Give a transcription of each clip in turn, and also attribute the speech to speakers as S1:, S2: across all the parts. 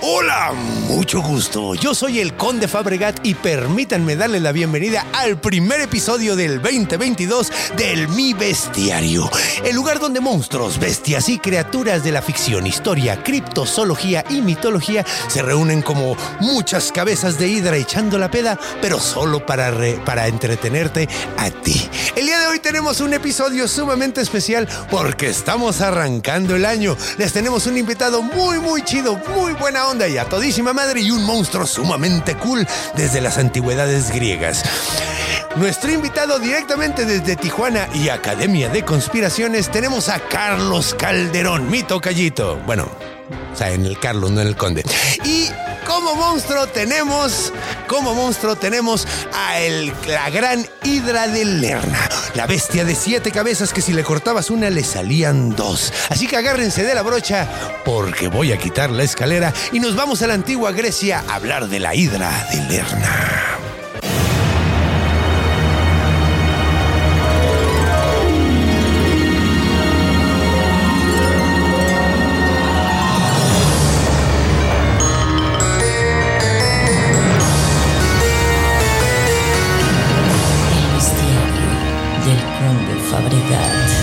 S1: Hola, mucho gusto. Yo soy el Conde Fabregat y permítanme darle la bienvenida al primer episodio del 2022 del Mi Bestiario, el lugar donde monstruos, bestias y criaturas de la ficción, historia, criptozoología y mitología se reúnen como muchas cabezas de hidra echando la peda, pero solo para, re- para entretenerte a ti. El día de hoy tenemos un episodio sumamente especial porque estamos arrancando el año. Les tenemos un invitado muy, muy chido, muy buena onda y a todísima madre y un monstruo sumamente cool desde las antigüedades griegas. Nuestro invitado directamente desde Tijuana y Academia de Conspiraciones tenemos a Carlos Calderón, mito callito. Bueno, o sea, en el Carlos, no en el Conde. Y como monstruo tenemos, como monstruo tenemos a el, la gran Hidra de Lerna, la bestia de siete cabezas que si le cortabas una le salían dos. Así que agárrense de la brocha porque voy a quitar la escalera y nos vamos a la antigua Grecia a hablar de la Hidra de Lerna.
S2: El misterio Este del conde Fabregat.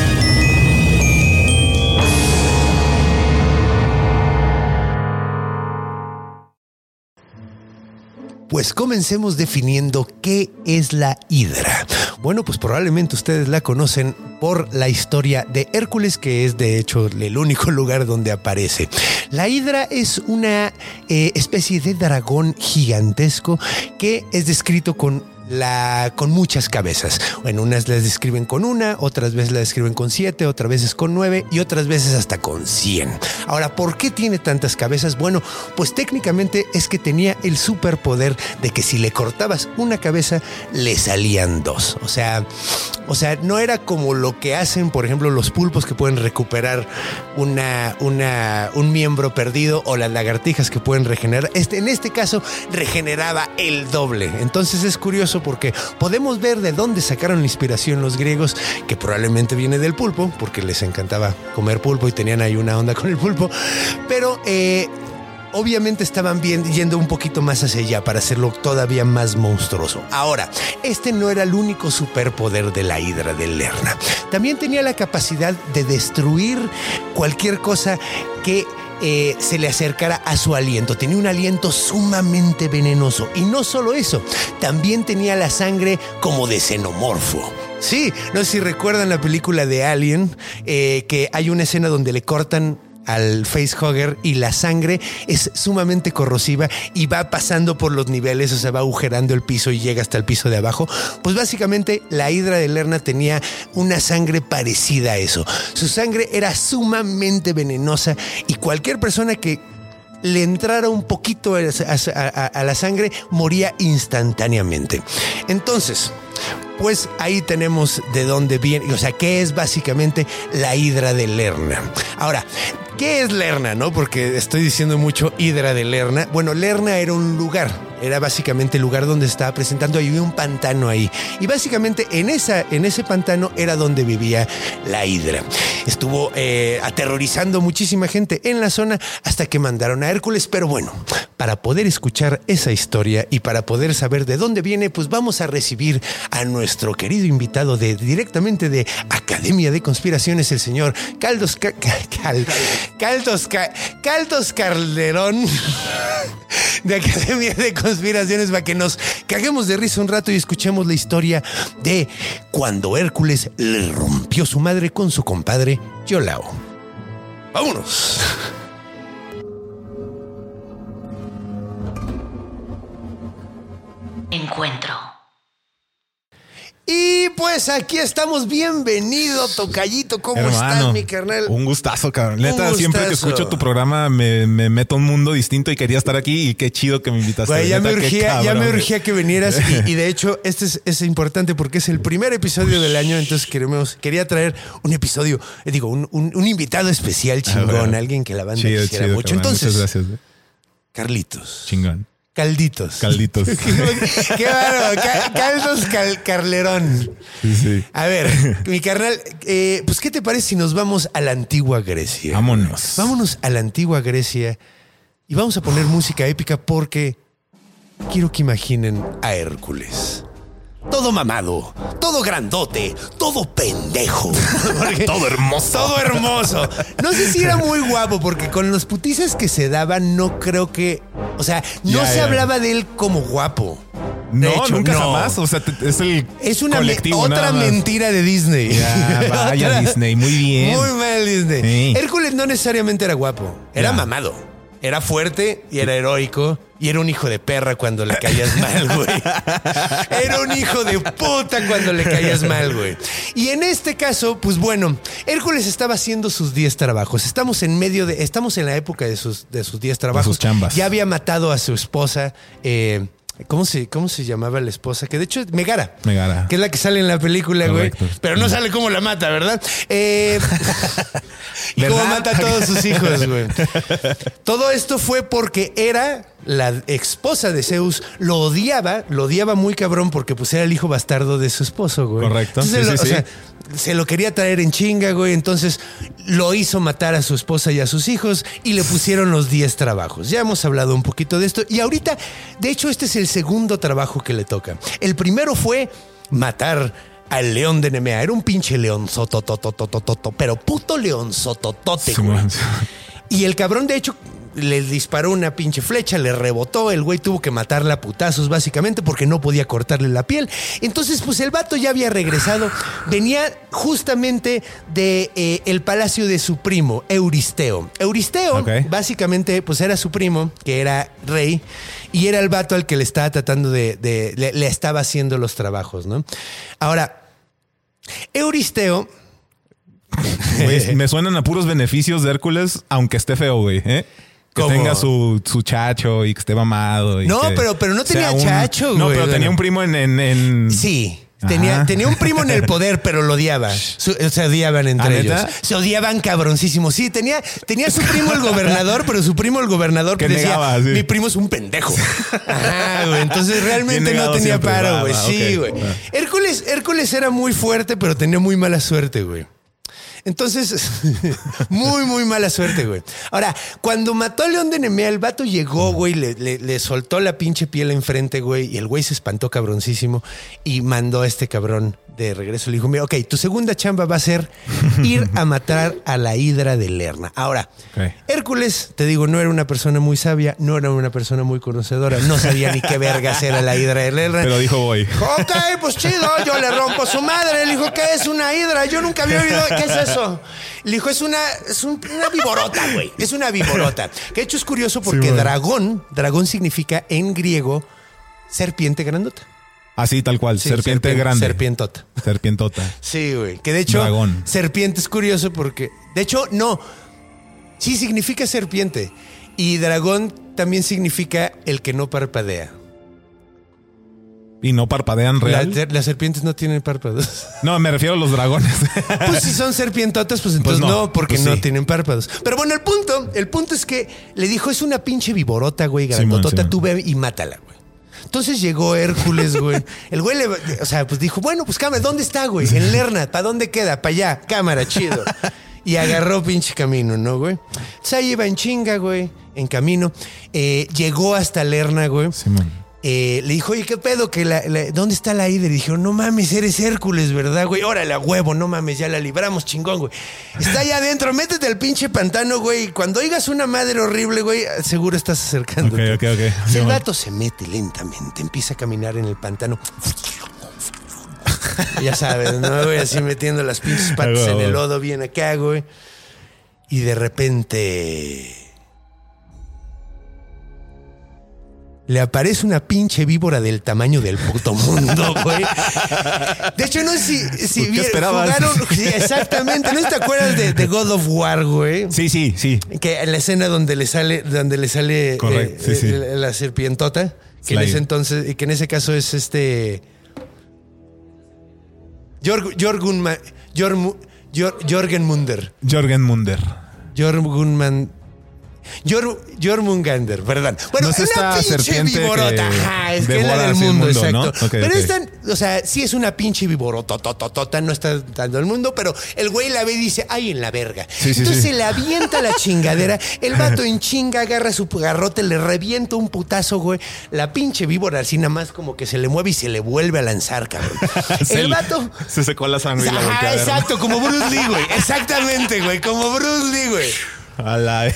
S1: Pues comencemos definiendo qué es la Hidra. Bueno, pues probablemente ustedes la conocen por la historia de Hércules, que es de hecho el único lugar donde aparece. La Hidra es una eh, especie de dragón gigantesco que es descrito con la, con muchas cabezas. En unas las describen con una, otras veces la describen con siete, otras veces con nueve y otras veces hasta con cien. Ahora, ¿por qué tiene tantas cabezas? Bueno, pues técnicamente es que tenía el superpoder de que si le cortabas una cabeza, le salían dos. O sea, o sea, no era como lo que hacen, por ejemplo, los pulpos que pueden recuperar una, una, un miembro perdido o las lagartijas que pueden regenerar. Este, en este caso, regeneraba el doble. Entonces es curioso porque podemos ver de dónde sacaron la inspiración los griegos, que probablemente viene del pulpo, porque les encantaba comer pulpo y tenían ahí una onda con el pulpo. Pero eh, obviamente estaban bien- yendo un poquito más hacia allá para hacerlo todavía más monstruoso. Ahora, este no era el único superpoder de la hidra de Lerna. También tenía la capacidad de destruir cualquier cosa que eh, se le acercara a su aliento. Tenía un aliento sumamente venenoso. Y no solo eso, también tenía la sangre como de xenomorfo. Sí, no sé si recuerdan la película de Alien, eh, que hay una escena donde le cortan al facehugger y la sangre es sumamente corrosiva y va pasando por los niveles, o sea, va agujerando el piso y llega hasta el piso de abajo. Pues básicamente la hidra de Lerna tenía una sangre parecida a eso. Su sangre era sumamente venenosa y cualquier persona que le entrara un poquito a, a- a- a la sangre moría instantáneamente. Entonces, pues ahí tenemos de dónde viene, o sea, qué es básicamente la hidra de Lerna. Ahora, ¿qué es Lerna, no? Porque estoy diciendo mucho hidra de Lerna. Bueno, Lerna era un lugar, era básicamente el lugar donde estaba presentando, ahí había un pantano ahí. Y básicamente en, esa, en ese pantano era donde vivía la hidra. Estuvo eh, aterrorizando muchísima gente en la zona hasta que mandaron a Hércules, pero bueno, para poder escuchar esa historia y para poder saber de dónde viene, pues vamos a recibir a nuestro querido invitado de directamente de Academia de Conspiraciones, el señor Caldos Ca- Ca- Cal- Caldos Ca- Caldos Calderón de Academia de Conspiraciones para que nos caguemos de risa un rato y escuchemos la historia de cuando Hércules le rompió su madre con su compadre Yolao. ¡Vámonos!
S2: Encuentro.
S1: Y Y pues aquí estamos. Bienvenido, Tocayito. ¿Cómo
S3: Hermano,
S1: estás, mi carnal?
S3: Un gustazo, cabrón. Neta,
S1: Un
S3: siempre que
S1: gustazo.
S3: escucho tu programa me, me meto a un mundo distinto y quería estar aquí y qué chido que me invitaste.
S1: Güey, ya,
S3: Neta,
S1: me
S3: qué
S1: urgía, ya
S3: cabrón,
S1: me
S3: güey.
S1: urgía que vinieras y, y de hecho este es, es importante porque es el primer episodio del año, entonces queremos, quería traer un episodio, eh, digo, un, un- un invitado especial
S3: Ah,
S1: chingón,
S3: bueno.
S1: alguien que la banda
S3: Chido,
S1: quisiera
S3: chido,
S1: mucho.
S3: cabrón.
S1: Entonces,
S3: Muchas gracias. güey.
S1: Carlitos,
S3: Chingón.
S1: Calditos.
S3: Calditos.
S1: Qué bárbaro, Ca- Caldos Cal- Carlerón.
S3: sí, sí.
S1: A ver, mi carnal, eh, pues ¿qué te parece si nos vamos a la antigua Grecia?
S3: Vámonos.
S1: Vámonos a la antigua Grecia y vamos a poner música épica porque quiero que imaginen a Hércules. Todo mamado, todo grandote, todo pendejo. todo hermoso. Todo hermoso. No sé si era muy guapo porque con los putizas que se daban no creo que... O sea, no
S3: Ya,
S1: se
S3: ya.
S1: hablaba de él como guapo.
S3: No,
S1: De hecho,
S3: nunca
S1: no.
S3: jamás. O sea, te- es el
S1: Es una me-
S3: colectivo,
S1: otra
S3: nada más.
S1: mentira de Disney.
S3: Ya, vaya,
S1: Otra-
S3: Disney, muy bien.
S1: Muy mal Disney.
S3: Sí.
S1: Hércules no necesariamente era guapo, era
S3: Ya.
S1: mamado. Era fuerte y era heroico y era un hijo de perra cuando le caías mal, güey. Era un hijo de puta cuando le caías mal, güey. Y en este caso, pues bueno, Hércules estaba haciendo sus 10 trabajos. Estamos en medio de estamos en la época de sus de sus 10 trabajos.
S3: sus chambas.
S1: Ya había matado a su esposa eh, ¿Cómo se, ¿Cómo se llamaba la esposa? Que de hecho es Megara.
S3: Megara.
S1: Que es la que sale en la película, güey.
S3: Correcto.
S1: Pero no sale cómo la mata, ¿verdad? Eh, y cómo
S3: ¿Verdad?
S1: mata a todos sus hijos, güey. Todo esto fue porque era la esposa de Zeus, lo odiaba, lo odiaba muy cabrón porque pues era el hijo bastardo de su esposo, güey.
S3: Correcto,
S1: Entonces,
S3: sí,
S1: lo-
S3: sí,
S1: o
S3: sí.
S1: sea, se lo quería traer en chinga, güey. Entonces lo hizo matar a su esposa y a sus hijos y le pusieron los 10 trabajos. Ya hemos hablado un poquito de esto. Y ahorita, de hecho, este es el segundo trabajo que le toca. El primero fue matar al león de Nemea. Era un pinche león sotototototototo, pero puto león sototote, güey.
S3: Simón.
S1: Y el cabrón, de hecho, le disparó una pinche flecha, le rebotó. El güey tuvo que matarla a putazos, básicamente, porque no podía cortarle la piel. Entonces, pues el vato ya había regresado. Venía justamente de eh, el palacio de su primo, Euristeo. Euristeo,
S3: Ok.
S1: básicamente, pues era su primo, que era rey, y era el vato al que le estaba tratando de. de- le- le estaba haciendo los trabajos, ¿no? Ahora, Euristeo.
S3: Güey, me suenan a puros beneficios de Hércules, aunque esté feo, güey. ¿eh? Que
S1: ¿Cómo?
S3: tenga su, su chacho y que esté mamado. y
S1: No,
S3: que
S1: pero- pero no tenía
S3: sea un-
S1: chacho,
S3: No,
S1: güey,
S3: pero tenía
S1: bueno.
S3: un primo en. en- en-
S1: Sí. Tenía,
S3: Mm. Ajá.
S1: tenía un primo en el poder, pero lo odiaba. Su- se odiaban entre
S3: ¿Ah,
S1: ellos.
S3: neta?
S1: Se odiaban cabroncísimo. Sí, tenía, tenía su primo el gobernador, pero su primo el gobernador
S3: Que
S1: decía,
S3: negaba, sí.
S1: mi primo es un pendejo. Ajá, güey. Entonces realmente
S3: Bien
S1: no
S3: negado
S1: tenía
S3: siempre.
S1: paro,
S3: Va,
S1: güey.
S3: va,
S1: Sí,
S3: ok.
S1: güey. Hércules, Hércules era muy fuerte, pero tenía muy mala suerte, güey. Entonces, muy, muy mala suerte, güey. Ahora, cuando mató a León de Nemea, el vato llegó, güey, le, le- le soltó la pinche piel enfrente, güey, y el güey se espantó cabroncísimo y mandó a este cabrón de regreso. Le dijo, mira, ok, tu segunda chamba va a ser ir a matar a la hidra de Lerna. Ahora,
S3: Ok.
S1: Hércules, te digo, no era una persona muy sabia, no era una persona muy conocedora, no sabía ni qué vergas era la hidra de Lerna.
S3: Pero dijo voy.
S1: Ok, pues chido, yo le rompo su madre. Le dijo, ¿qué es una hidra? Yo nunca había oído, ¿qué es eso? Le dijo, es una, es un- una viborota, güey. Es una viborota. Que de hecho es curioso porque
S3: Sí, güey.
S1: dragón, dragón significa en griego serpiente grandota.
S3: Así, tal cual.
S1: Sí,
S3: serpiente
S1: serpien-
S3: grande.
S1: Serpientota.
S3: Serpientota.
S1: Sí, güey. Que de hecho,
S3: Dragón.
S1: serpiente es curioso porque. De hecho, no. Sí significa serpiente. Y dragón también significa el que no parpadea.
S3: Y no parpadean
S1: La-
S3: real.
S1: las serpientes no tienen párpados.
S3: No, me refiero a los dragones.
S1: Pues si son serpientotas, pues entonces
S3: Pues
S1: no,
S3: no,
S1: porque
S3: pues
S1: no
S3: sí.
S1: tienen párpados. Pero bueno, el punto, el punto es que le dijo, es una pinche viborota, güey,
S3: Simón,
S1: grandotota,
S3: Simón.
S1: tú ve y mátala, güey. Entonces llegó Hércules, güey. El güey le, o sea, pues dijo, bueno, pues cámara, ¿dónde está, güey? En Lerna, ¿para dónde queda? Para allá, cámara, chido. Y agarró pinche camino, ¿no, güey? Entonces ahí iba en chinga, güey, en camino. Eh, llegó hasta Lerna, güey.
S3: Simón.
S1: Eh, le dijo, oye, ¿qué pedo? Que la- la- ¿Dónde está la hidra? Y dijeron, no mames, eres Hércules, ¿verdad, güey? Órale, a huevo, no mames, ya la libramos, chingón, güey. Está allá adentro, métete al pinche pantano, güey. y Cuando oigas una madre horrible, güey, seguro estás acercándote.
S3: Ok, ok, ok.
S1: El
S3: Simón.
S1: gato se mete lentamente, empieza a caminar en el pantano. ya sabes, ¿no, güey? Así metiendo las pinches patas
S3: A huevo.
S1: en el lodo, bien acá, güey. Y de repente... le aparece una pinche víbora del tamaño del puto mundo, güey. De hecho, no sé si, si
S3: ¿Qué
S1: vieron-
S3: esperabas?
S1: jugaron- Sí, exactamente. ¿No te acuerdas de, de God of War, güey?
S3: Sí, sí, sí.
S1: Que en la escena donde le sale, donde le sale eh,
S3: Correcto, sí, sí.
S1: la- la serpientota, que en
S3: Slime.
S1: ese entonces, y que en ese caso es este. Jorg- Jorgun Ma- Jormu- Jor- Jorgen Munder.
S3: Jorgen Munder.
S1: Jorgun Man. Jor- Jormungander, perdón. Bueno,
S3: No es
S1: una
S3: esta
S1: pinche
S3: serpiente que
S1: viborota. Ajá, es que es la
S3: devora
S1: del
S3: así el
S1: mundo,
S3: mundo,
S1: exacto.
S3: ¿no? Ok,
S1: pero
S3: ok.
S1: esta, o sea, sí es una pinche viborota, tototota, no está dando el mundo, pero el güey la ve y dice, ay, en la verga.
S3: Sí, sí,
S1: Entonces
S3: sí.
S1: le avienta la chingadera, el vato en chinga agarra su garrote, le revienta un putazo, güey. La pinche víbora así nada más como que se le mueve y se le vuelve a lanzar, cabrón. el vato
S3: Se secó la sangre y la volteó
S1: Ajá,
S3: a ver.
S1: exacto, como Bruce Lee, güey. Exactamente, güey. Como Bruce Lee, güey.
S3: A la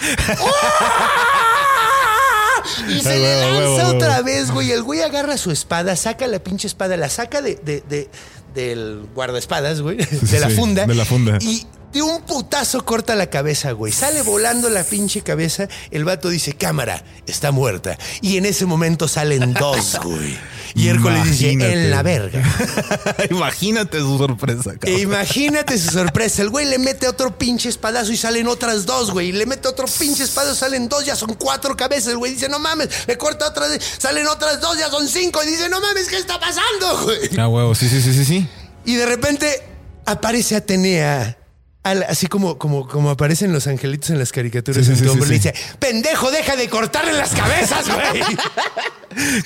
S1: Y
S3: Ay,
S1: se le
S3: huevo,
S1: lanza
S3: huevo, huevo.
S1: otra vez, güey. El güey agarra su espada, saca la pinche espada, la saca de, de- de- del guardaespadas, güey. De la
S3: sí,
S1: funda.
S3: de la funda.
S1: Y de un putazo corta la cabeza, güey. Sale volando la pinche cabeza. El vato dice, cámara, está muerta. Y en ese momento salen dos, güey. Y Hércules dice, en
S3: Imagínate.
S1: la verga.
S3: Imagínate su sorpresa,
S1: E
S3: cabrón.
S1: imagínate su sorpresa. El güey le mete otro pinche espadazo y salen otras dos, güey. Y le mete otro pinche espadazo, salen dos, ya son cuatro cabezas. El güey dice, no mames, le corta otra vez, salen otras dos, ya son cinco. Y dice, no mames, ¿qué está pasando, güey?
S3: Ah, huevo, sí, sí, sí, sí, sí.
S1: Y de repente aparece Atenea. al- así como, como, como aparecen los angelitos en las caricaturas.
S3: Sí, sí,
S1: en
S3: sí,
S1: tu
S3: sí,
S1: hombro,
S3: sí.
S1: le dice, pendejo, deja de cortarle las cabezas, güey.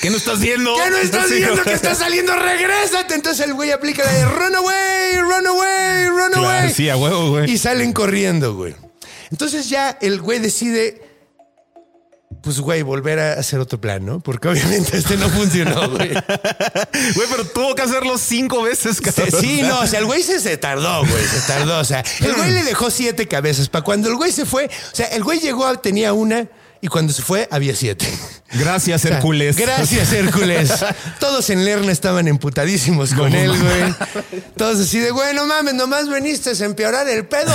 S3: ¿Qué no estás viendo?
S1: ¿Qué no estás
S3: Sí,
S1: viendo
S3: güey.
S1: que está saliendo? Regrésate. Entonces el güey aplica la de run away, run away, run
S3: Claro,
S1: away.
S3: sí, a huevo, güey.
S1: Y salen corriendo, güey. Entonces ya el güey decide, pues, güey, volver a hacer otro plan, ¿no? Porque obviamente este no funcionó, güey.
S3: Güey, pero tuvo que hacerlo cinco veces,
S1: Se-
S3: cabrón.
S1: Sí, no, o sea, el güey se, se tardó, güey, se tardó. O sea, el güey le dejó siete cabezas. Para cuando el güey se fue, o sea, el güey llegó, tenía una, y cuando se fue, había siete.
S3: Gracias,
S1: O sea,
S3: Hércules.
S1: Gracias, Hércules. Todos en Lerna estaban emputadísimos con
S3: No,
S1: él, güey. Todos así de, güey, no mames, nomás veniste a empeorar el pedo.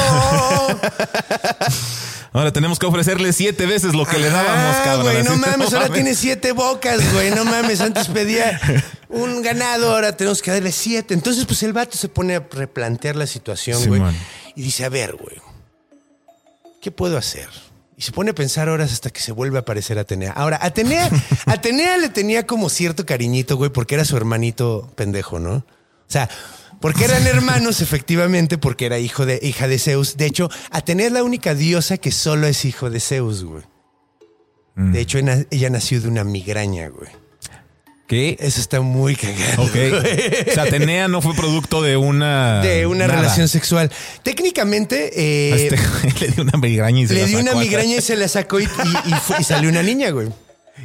S3: Ahora tenemos que ofrecerle siete veces lo que le
S1: Ajá,
S3: dábamos, cabrón.
S1: Ah, güey, no
S3: Así,
S1: mames, ahora
S3: mames.
S1: tiene siete bocas, güey. No mames, antes pedía un ganado, ahora tenemos que darle siete. Entonces, pues el vato se pone a replantear la situación,
S3: Sí,
S1: güey.
S3: man.
S1: Y dice, a ver, güey, ¿qué puedo hacer? Y se pone a pensar horas hasta que se vuelve a aparecer Atenea. Ahora, Atenea, Atenea le tenía como cierto cariñito, güey, porque era su hermanito pendejo, ¿no? O sea, porque eran hermanos, efectivamente, porque era hijo de, hija de Zeus. De hecho, Atenea es la única diosa que solo es hijo de Zeus, güey.
S3: Mm.
S1: De hecho, ena- ella nació de una migraña, güey.
S3: ¿Qué?
S1: Eso está muy cagado.
S3: Ok. O sea, Atenea no fue producto de una.
S1: De una
S3: nada.
S1: relación sexual. Técnicamente,
S3: A
S1: eh,
S3: este güey le dio una migraña y se
S1: le
S3: la
S1: dio una
S3: sacó acá.
S1: migraña y se la sacó y, y- y fue- y salió una niña, güey.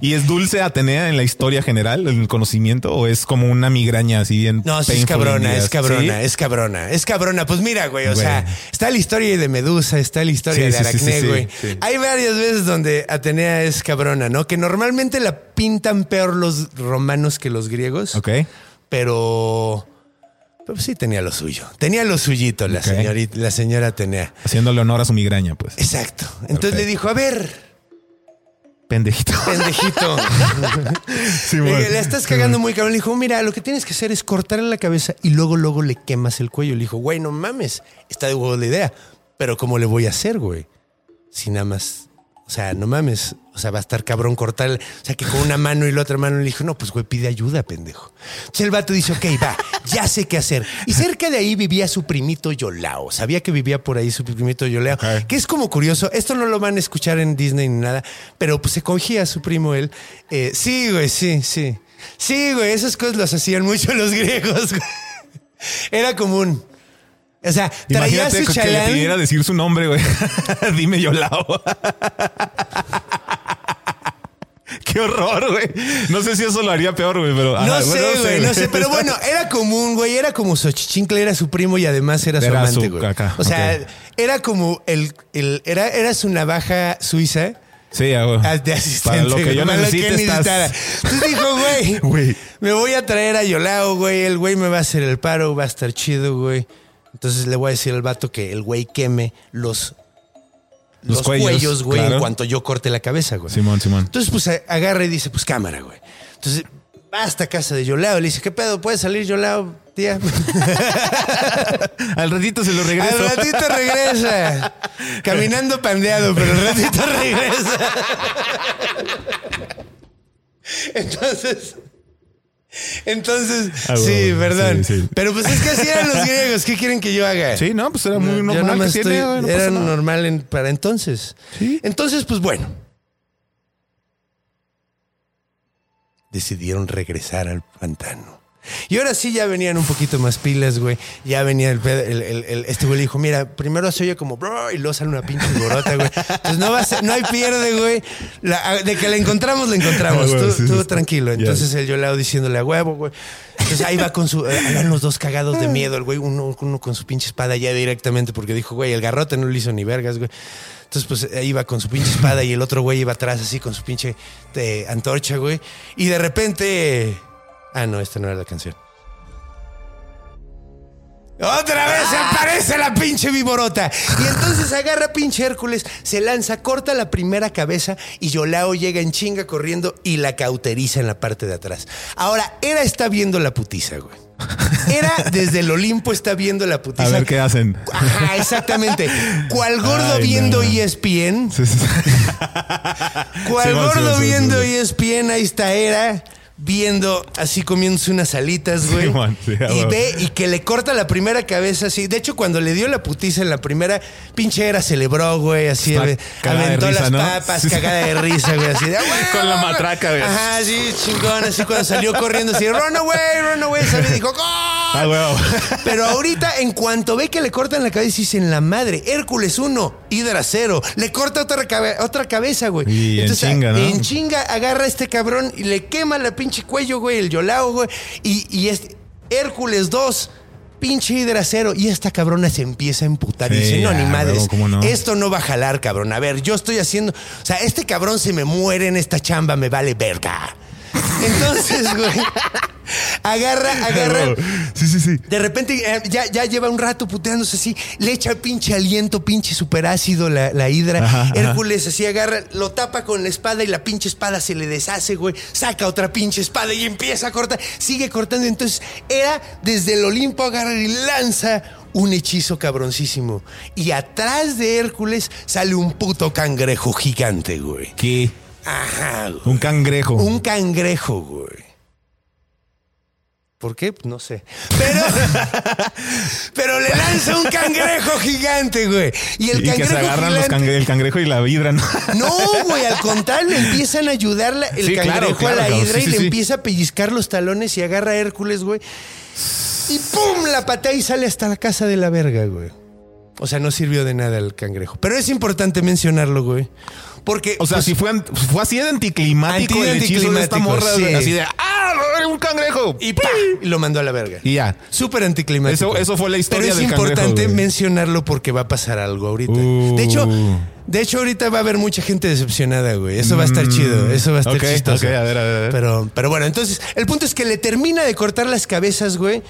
S3: ¿Y es dulce Atenea en la historia general, en el conocimiento? ¿O es como una migraña así bien?
S1: No, sí, es
S3: painful en
S1: cabrona,
S3: días?
S1: es cabrona,
S3: ¿Sí?
S1: es cabrona, es cabrona. Pues mira, güey, o
S3: Güey.
S1: sea, está la historia de Medusa, está la historia
S3: Sí,
S1: de
S3: sí, sí,
S1: Aracné,
S3: sí, sí,
S1: güey.
S3: sí.
S1: Hay varias veces donde Atenea es cabrona, ¿no? Que normalmente la pintan peor los romanos que los griegos.
S3: Ok.
S1: pero pues sí tenía lo suyo. Tenía lo suyito la
S3: Ok.
S1: señorita, la señora tenía.
S3: Haciéndole honor a su migraña, pues.
S1: Exacto. Entonces
S3: Perfecto.
S1: le dijo, a ver,
S3: Pendejito.
S1: pendejito,
S3: Sí,
S1: eh, le,
S3: güey.
S1: la estás cagando muy cabrón. Le dijo, mira, lo que tienes que hacer es cortarle la cabeza y luego, luego le quemas el cuello. Le dijo, güey, no mames, está de huevo la idea. Pero ¿cómo le voy a hacer, güey? Si nada más, o sea, no mames. O sea, va a estar cabrón cortar, o sea, que con una mano y la otra mano le dijo, no, pues güey, pide ayuda, pendejo. Entonces el vato dice, ok, va, ya sé qué hacer. Y cerca de ahí vivía su primito Yolao. Sabía que vivía por ahí su primito Yolao,
S3: Ok.
S1: que es como curioso. Esto no lo van a escuchar en Disney ni nada, pero pues se cogía a su primo él. Eh, sí, güey, sí, sí. Sí, güey, esas cosas las hacían mucho los griegos, güey. Era común. O sea, traía
S3: Imagínate
S1: su
S3: que le
S1: chalán.
S3: pidiera decir su nombre, güey. Dime Yolao. Qué horror, güey. No sé si eso lo haría peor, güey, pero.
S1: No
S3: ajá, bueno,
S1: sé, güey, no sé. Pero bueno, era común, güey. Era como Xochichincle, era su primo y además era su
S3: Era
S1: amante,
S3: su
S1: güey.
S3: caca,
S1: O sea,
S3: ok.
S1: era como el, el- era, era su navaja suiza
S3: Sí, ya, güey.
S1: ah, de asistente.
S3: Para lo que
S1: güey,
S3: yo
S1: para lo
S3: necesite,
S1: que
S3: estás-
S1: necesitara. Entonces dijo, güey,
S3: Güey.
S1: me voy a traer a Yolao, güey. El güey me va a hacer el paro, va a estar chido, güey. Entonces le voy a decir al vato que el güey queme los los,
S3: Los
S1: cuellos,
S3: cuellos,
S1: güey, en
S3: claro.
S1: cuanto yo corte la cabeza, güey.
S3: Simón, Simón.
S1: Entonces, pues a- agarra y dice, pues cámara, güey. Entonces, va hasta casa de Yolao. Le dice, ¿qué pedo? ¿Puedes salir, Yolao, tía?
S3: Al ratito se lo
S1: Al
S3: regreso.
S1: ratito regresa. Caminando pandeado, pero al ratito regresa. Entonces. Entonces,
S3: Ah, bueno,
S1: sí, perdón.
S3: sí, sí.
S1: Pero pues es que así eran los griegos. ¿Qué quieren que yo haga?
S3: Sí, no, pues era muy
S1: Yo
S3: normal.
S1: nomás
S3: que tiene,
S1: estoy-
S3: güey, no pasa
S1: era
S3: nada.
S1: normal en- para entonces.
S3: Sí.
S1: Entonces, pues bueno. Decidieron regresar al pantano. Y ahora sí ya venían un poquito más pilas, güey. Ya venía el, pedo- el- el- el- este güey le dijo, mira, primero se oye como bro y luego sale una pinche gorota, güey. Entonces no va a ser- no hay pierde, güey. La- de que la encontramos, la encontramos.
S3: Ah,
S1: tú
S3: bueno, sí,
S1: tú
S3: sí.
S1: tranquilo.
S3: Ya.
S1: Entonces entonces el Yolao diciéndole a huevo, güey. Entonces ahí va con su. Ahí van los dos cagados de miedo, el güey. Uno, uno con su pinche espada ya directamente, porque dijo, güey, el garrote no le hizo ni vergas, güey. Entonces, pues ahí va con su pinche espada y el otro güey iba atrás así con su pinche eh, antorcha, güey. Y de repente. Ah, no, esta no era la canción. Otra vez aparece la pinche viborota. Y entonces agarra pinche Hércules, se lanza, corta la primera cabeza y Yolao llega en chinga corriendo y la cauteriza en la parte de atrás. Ahora, Hera está viendo la putiza, güey. Era desde el Olimpo está viendo la putiza.
S3: A ver qué hacen.
S1: Ajá, exactamente. Cual gordo
S3: Ay,
S1: viendo E
S3: no.
S1: ESPN.
S3: Sí, sí, sí.
S1: Cual
S3: Simón,
S1: gordo
S3: Simón, Simón,
S1: viendo E
S3: Simón.
S1: ESPN, ahí está era viendo así comiéndose unas alitas, güey.
S3: Simón, sí, a
S1: y
S3: huevo.
S1: ve y que le corta la primera cabeza así. De hecho, cuando le dio la putiza en la primera, pinche era celebró, güey, así
S3: Está
S1: ave-
S3: cagada de
S1: aventó
S3: risa,
S1: las
S3: ¿no?
S1: papas,
S3: Sí, sí.
S1: cagada de risa, güey, así de "Ah, güey".
S3: Con la matraca, güey.
S1: Ajá, sí, chingón, así cuando salió corriendo así, runaway, runaway, salió y dijo, "Gol".
S3: Ah, huevo.
S1: Pero ahorita, en cuanto ve que le cortan la cabeza, dicen la madre, Hércules 1, Hidra 0. Le corta otra, cabe- otra cabeza, güey.
S3: Y en chinga, ¿no?
S1: En chinga agarra a este cabrón y le quema la pinche cuello, güey, el yolao, güey. Y, y este, Hércules 2. Pinche hidra 0. Y esta cabrona se empieza a emputar. y
S3: Sí,
S1: dice, no, ni
S3: ah,
S1: madres.
S3: huevo, ¿cómo no?
S1: Esto no va a jalar, cabrón. A ver, yo estoy haciendo... O sea, este cabrón se me muere en esta chamba. Me vale verga. Entonces, güey... Agarra, agarra...
S3: Sí, sí, sí.
S1: De repente eh, ya, ya lleva un rato puteándose así, le echa pinche aliento, pinche superácido la, la hidra.
S3: Ajá, ajá.
S1: Hércules así agarra, lo tapa con la espada y la pinche espada se le deshace, güey. Saca otra pinche espada y empieza a cortar. Sigue cortando. Entonces era desde el Olimpo agarra y lanza un hechizo cabroncísimo. Y atrás de Hércules sale un puto cangrejo gigante, güey.
S3: ¿Qué?
S1: Ajá, güey.
S3: Un cangrejo.
S1: Un cangrejo, güey. ¿Por qué? Pues No sé. Pero, pero le lanza un cangrejo gigante, güey. Y el
S3: y
S1: cangrejo
S3: que se agarran los
S1: gigante-
S3: cangre- el cangrejo y la vidra, ¿no?
S1: No, güey, al contrario, empiezan a ayudarla el
S3: Sí, claro,
S1: cangrejo a
S3: claro,
S1: la
S3: cabrón,
S1: hidra
S3: sí,
S1: y
S3: sí,
S1: le
S3: sí.
S1: empieza a pellizcar los talones y agarra a Hércules, güey. Y ¡pum! La patea y sale hasta la casa de la verga, güey. O sea, no sirvió de nada el cangrejo. Pero es importante mencionarlo, güey. Porque.
S3: O sea,
S1: pues,
S3: si fue, ant- fue así de anticlimático el hechizo de esta
S1: Antianticlimático,
S3: morra,
S1: sí.
S3: güey. así de ¡Ah! ¡Un cangrejo!
S1: Y ¡pa! Y lo mandó a la verga.
S3: Y ya.
S1: Súper anticlimático.
S3: Eso- eso fue la historia
S1: Pero es
S3: del cangrejo,
S1: importante
S3: güey.
S1: mencionarlo porque va a pasar algo ahorita.
S3: Uh.
S1: De hecho, de hecho, ahorita va a haber mucha gente decepcionada, güey. Eso va a estar chido. Eso va a estar
S3: Mm. Ok,
S1: chistoso.
S3: ok, a ver, a ver, a ver.
S1: Pero, pero bueno, entonces, el punto es que le termina de cortar las cabezas, güey.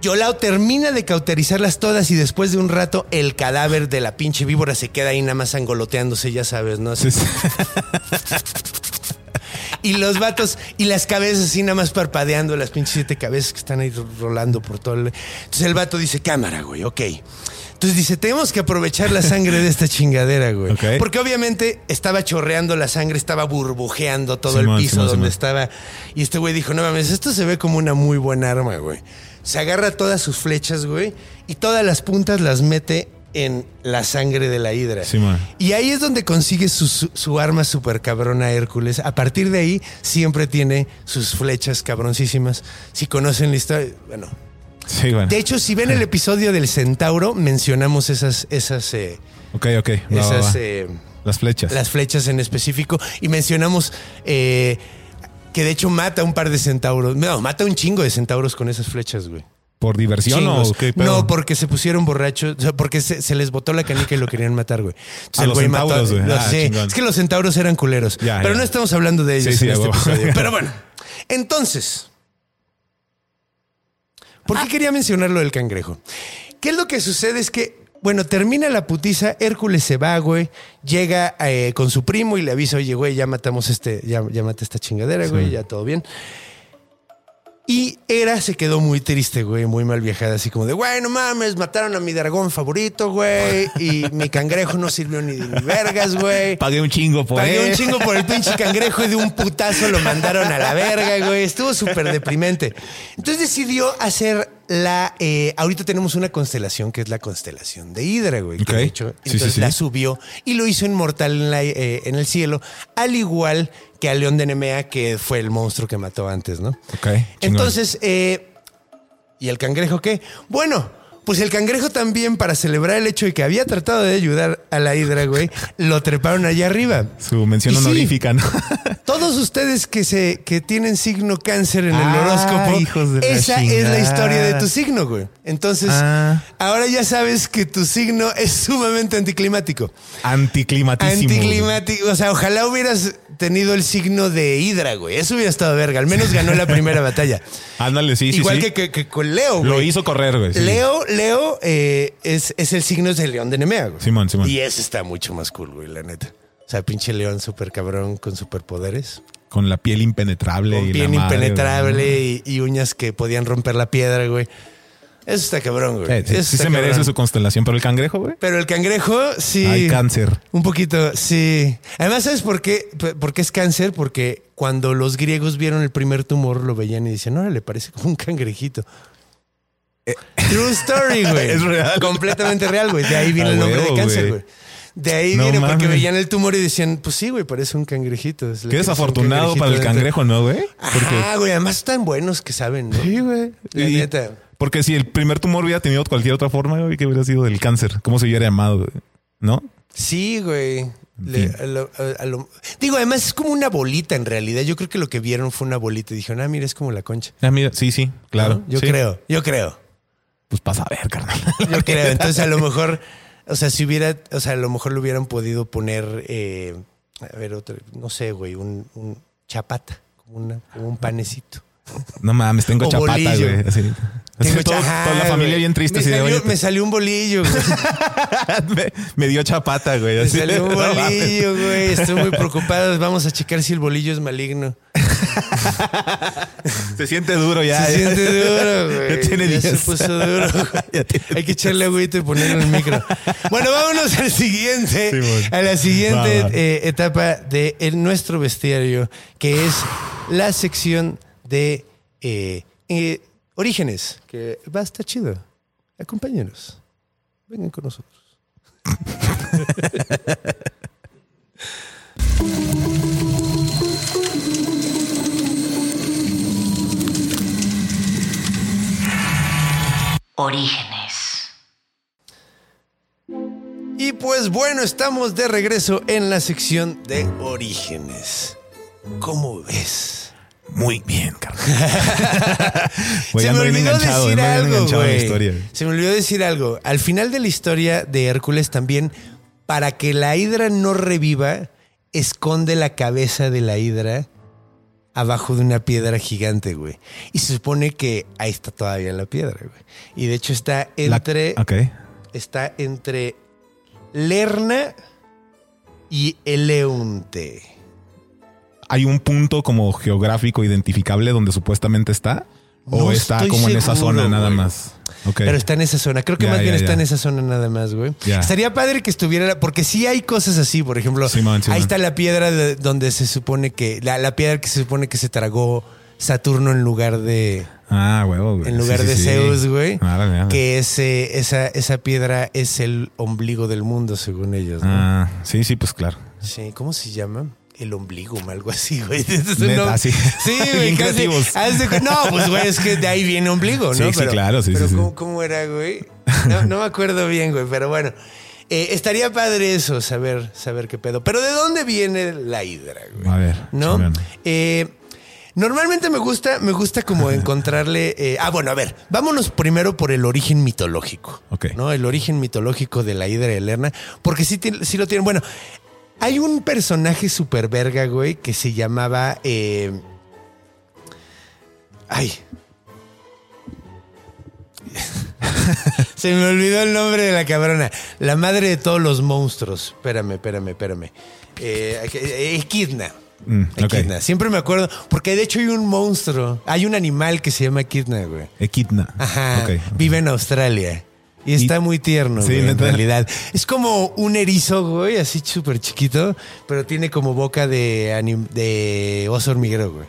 S1: Yolao termina de cauterizarlas todas y después de un rato el cadáver de la pinche víbora se queda ahí nada más angoloteándose, ya sabes, ¿no? Así
S3: Sí, sí.
S1: y los vatos y las cabezas así nada más parpadeando, las pinches siete cabezas que están ahí ro- rolando por todo el... Entonces el vato dice, cámara, güey, ok. Entonces dice, tenemos que aprovechar la sangre de esta chingadera, güey.
S3: Ok.
S1: Porque obviamente estaba chorreando la sangre, estaba burbujeando todo
S3: Simón,
S1: el piso
S3: Simón,
S1: donde
S3: Simón.
S1: estaba. Y este güey dijo, no mames, esto se ve como una muy buena arma, güey. Se agarra todas sus flechas, güey, y todas las puntas las mete en la sangre de la hidra.
S3: Simón.
S1: Y ahí es donde consigue su, su- su arma super cabrona Hércules. A partir de ahí siempre tiene sus flechas cabroncísimas. Si conocen la historia, bueno.
S3: Sí, bueno.
S1: De hecho, si ven el episodio del centauro, mencionamos esas, esas, eh,
S3: ok, ok. Va, va,
S1: esas,
S3: va.
S1: eh,
S3: Las flechas.
S1: las flechas en específico y mencionamos eh, que de hecho mata un par de centauros. No, mata un chingo de centauros con esas flechas, güey.
S3: ¿Por diversión
S1: Chingos.
S3: o qué pedo?
S1: no, porque se pusieron borrachos, o sea, porque se, se les botó la canica y lo querían matar, güey. Entonces
S3: A
S1: el
S3: los
S1: güey mató-
S3: centauros, güey.
S1: lo
S3: Ah,
S1: sé.
S3: chingón.
S1: Es que los centauros eran culeros.
S3: Ya,
S1: pero
S3: ya.
S1: no estamos hablando de ellos
S3: Sí, sí,
S1: en
S3: a
S1: este
S3: huevo.
S1: episodio. Pero bueno, entonces,
S3: Ah.
S1: ¿por qué quería mencionar lo del cangrejo? ¿Qué es lo que sucede? Es que Bueno, termina la putiza, Hércules se va, güey. Llega eh, con su primo y le avisa, oye, güey, ya matamos este, ya, ya maté esta chingadera, güey, ya todo bien. Y Hera se quedó muy triste, güey, muy mal viajada, así como de, güey, no mames, mataron a mi dragón favorito, güey, y mi cangrejo no sirvió ni de ni vergas, güey.
S3: Pagué un chingo por
S1: Pagué
S3: él.
S1: un chingo por el pinche cangrejo y de un putazo lo mandaron a la verga, güey. Estuvo súper deprimente. Entonces decidió hacer la. eh, ahorita tenemos una constelación que es la constelación de Hidra, güey. que
S3: Ok.
S1: de hecho,
S3: Sí, sí,
S1: entonces
S3: sí.
S1: la subió y lo hizo inmortal en, la, eh, en el cielo, al igual que a León de Nemea, que fue el monstruo que mató antes, ¿no?
S3: Ok, chingón.
S1: Entonces, eh, ¿Y el cangrejo qué? Bueno, pues el cangrejo también, para celebrar el hecho de que había tratado de ayudar a la hidra, güey, lo treparon allá arriba.
S3: Su mención
S1: Y sí,
S3: honorífica, ¿no?
S1: todos ustedes que se que tienen signo cáncer en el
S3: Ah,
S1: horóscopo,
S3: hijos de la
S1: esa es
S3: chingada.
S1: la historia de tu signo, güey. Entonces,
S3: Ah.
S1: ahora ya sabes que tu signo es sumamente anticlimático.
S3: Anticlimatísimo.
S1: Anticlimático. O sea, ojalá hubieras tenido el signo de Hidra, güey. Eso hubiera estado verga. Al menos ganó la primera batalla.
S3: Ándale, sí, sí,
S1: Igual
S3: sí.
S1: que, que- que con Leo, güey.
S3: Lo hizo correr, güey. sí.
S1: Leo, Leo eh, es, es el signo del león de Nemea, güey.
S3: Simón, Simón.
S1: Y ese está mucho más cool, güey, la neta. O sea, pinche león súper cabrón con superpoderes.
S3: Con la piel impenetrable. y
S1: Con
S3: la
S1: piel
S3: madre,
S1: impenetrable
S3: güey.
S1: y, y uñas que podían romper la piedra, güey. Eso está cabrón, güey.
S3: Eh, sí,
S1: Eso
S3: sí
S1: está
S3: se merece
S1: cabrón.
S3: su constelación, pero el cangrejo, güey.
S1: Pero el cangrejo, sí.
S3: Hay cáncer.
S1: Un poquito, sí. Además, ¿sabes por qué? P- ¿Por qué es cáncer? Porque cuando los griegos vieron el primer tumor, lo veían y decían, ahora le parece como un cangrejito. True story, güey.
S3: Eh. Es real.
S1: Completamente real, güey. De ahí viene
S3: Ah,
S1: el nombre
S3: huevo,
S1: de cáncer,
S3: güey.
S1: güey. De ahí
S3: No
S1: viene porque
S3: mames.
S1: veían el tumor y decían, pues sí, güey, parece un cangrejito. Es- le
S3: Qué
S1: crece un
S3: desafortunado para el
S1: cangrejito
S3: cangrejo, ¿no, güey?
S1: dentro. Ajá, güey. Además, tan buenos que saben, ¿no?
S3: Sí, güey.
S1: La
S3: Y-
S1: neta.
S3: Porque si el primer tumor hubiera tenido cualquier otra forma, güey, que hubiera sido del cáncer, ¿cómo se hubiera llamado? güey? ¿No?
S1: Sí, güey. Le-
S3: fin.
S1: a lo- a- a lo- digo, además es como una bolita en realidad. Yo creo que lo que vieron fue una bolita y dijeron, ah, mira, es como la concha.
S3: Ah, mira, sí, sí, claro.
S1: ¿No? Yo
S3: sí.
S1: creo, yo creo,
S3: Pues pasa a ver, carnal.
S1: yo creo. Entonces a lo mejor, o sea, si hubiera, o sea, a lo mejor le hubieran podido poner, eh, a ver, otro, no sé, güey, un, un chapata, como, una- como un panecito.
S3: No mames, tengo
S1: O
S3: chapata,
S1: bolillo.
S3: güey. Así. Así,
S1: Tengo
S3: todo-
S1: chaja,
S3: toda la familia
S1: güey.
S3: bien triste.
S1: Me,
S3: así de,
S1: salió,
S3: oye,
S1: me salió un bolillo, güey.
S3: me, me dio chapata, güey.
S1: Me
S3: así de,
S1: salió un
S3: no mames.
S1: bolillo, güey. Estoy muy preocupado. Vamos a checar si el bolillo es maligno.
S3: Se siente duro ya. ¿eh?
S1: Se
S3: ya.
S1: siente duro, güey.
S3: Ya tiene
S1: Ya se
S3: 10.
S1: puso duro. güey.
S3: Ya tiene
S1: Hay que echarle agüita y ponerlo en el micro. Bueno, vámonos al siguiente,
S3: Sí, bueno.
S1: a la
S3: Va,
S1: siguiente
S3: va.
S1: eh, etapa de el- nuestro bestiario, que es la sección de eh, eh, orígenes, que va a estar chido. Acompáñenos. Vengan con nosotros.
S2: Orígenes.
S1: Y pues bueno, estamos de regreso en la sección de orígenes. ¿Cómo ves?
S3: Muy bien, carnal. Güey,
S1: se me
S3: ando bien
S1: olvidó
S3: enganchado,
S1: decir
S3: ando bien
S1: algo,
S3: enganchado en la
S1: güey.
S3: historia.
S1: Se me olvidó decir algo. Al final de la historia de Hércules también, para que la hidra no reviva, esconde la cabeza de la hidra abajo de una piedra gigante, güey. Y se supone que ahí está todavía la piedra, güey. Y de hecho está
S3: La-
S1: entre,
S3: Ok.
S1: está entre Lerna y Eleunte.
S3: ¿Hay un punto como geográfico identificable donde supuestamente está? ¿O
S1: No
S3: está
S1: estoy
S3: como en esa
S1: seguro,
S3: zona nada
S1: güey.
S3: más? Ok.
S1: Pero está en esa zona. Creo que
S3: Ya,
S1: más
S3: ya,
S1: bien está
S3: ya.
S1: en esa zona nada más, güey.
S3: Ya.
S1: Estaría padre que estuviera, la- porque sí hay cosas así, por ejemplo,
S3: Simón, Simón.
S1: ahí está la piedra de- donde se supone que, la, la piedra que se supone que se tragó Saturno en lugar de,
S3: Ah, huevo, güey.
S1: en lugar
S3: Sí, sí,
S1: de
S3: sí.
S1: Zeus, güey.
S3: Ah, la mierda.
S1: Que ese, esa, esa piedra es el ombligo del mundo, según ellos, ¿no?
S3: Ah, sí, sí, pues claro.
S1: Sí, ¿cómo se llama? El ombligo, o algo así, güey. Ese es un
S3: Neta,
S1: nom-
S3: sí.
S1: Sí, güey,
S3: Bien
S1: casi.
S3: creativos.
S1: haz de cu- no, pues, güey, es que de ahí viene ombligo, ¿no?
S3: Sí, sí, claro, sí,
S1: pero
S3: sí, sí.
S1: ¿cómo, cómo era, güey? No, no me acuerdo bien, güey, pero bueno. Eh, estaría padre eso, saber, saber qué pedo. Pero ¿de dónde viene la hidra, güey?
S3: A ver,
S1: ¿No?
S3: chingón.
S1: Eh, normalmente me gusta, me gusta como encontrarle. eh, ah, bueno, a ver, vámonos primero por el origen mitológico.
S3: Ok.
S1: ¿No? El origen mitológico de la hidra de Lerna. Porque sí, tiene- sí lo tienen. Bueno, hay un personaje super verga, güey, que se llamaba. eh, ay. Se me olvidó el nombre de la cabrona. La madre de todos los monstruos. Espérame, espérame, espérame. Eh, eh, Equidna.
S3: Mm, ok.
S1: Equidna. Siempre me acuerdo. Porque de hecho hay un monstruo. Hay un animal que se llama Equidna, güey.
S3: Equidna.
S1: Ajá.
S3: Ok.
S1: Vive en Australia. Y está
S3: Y-
S1: muy tierno,
S3: Sí,
S1: güey, en
S3: neta.
S1: realidad. Es como un erizo, güey, así súper chiquito, pero tiene como boca de, anim- de oso hormiguero, güey.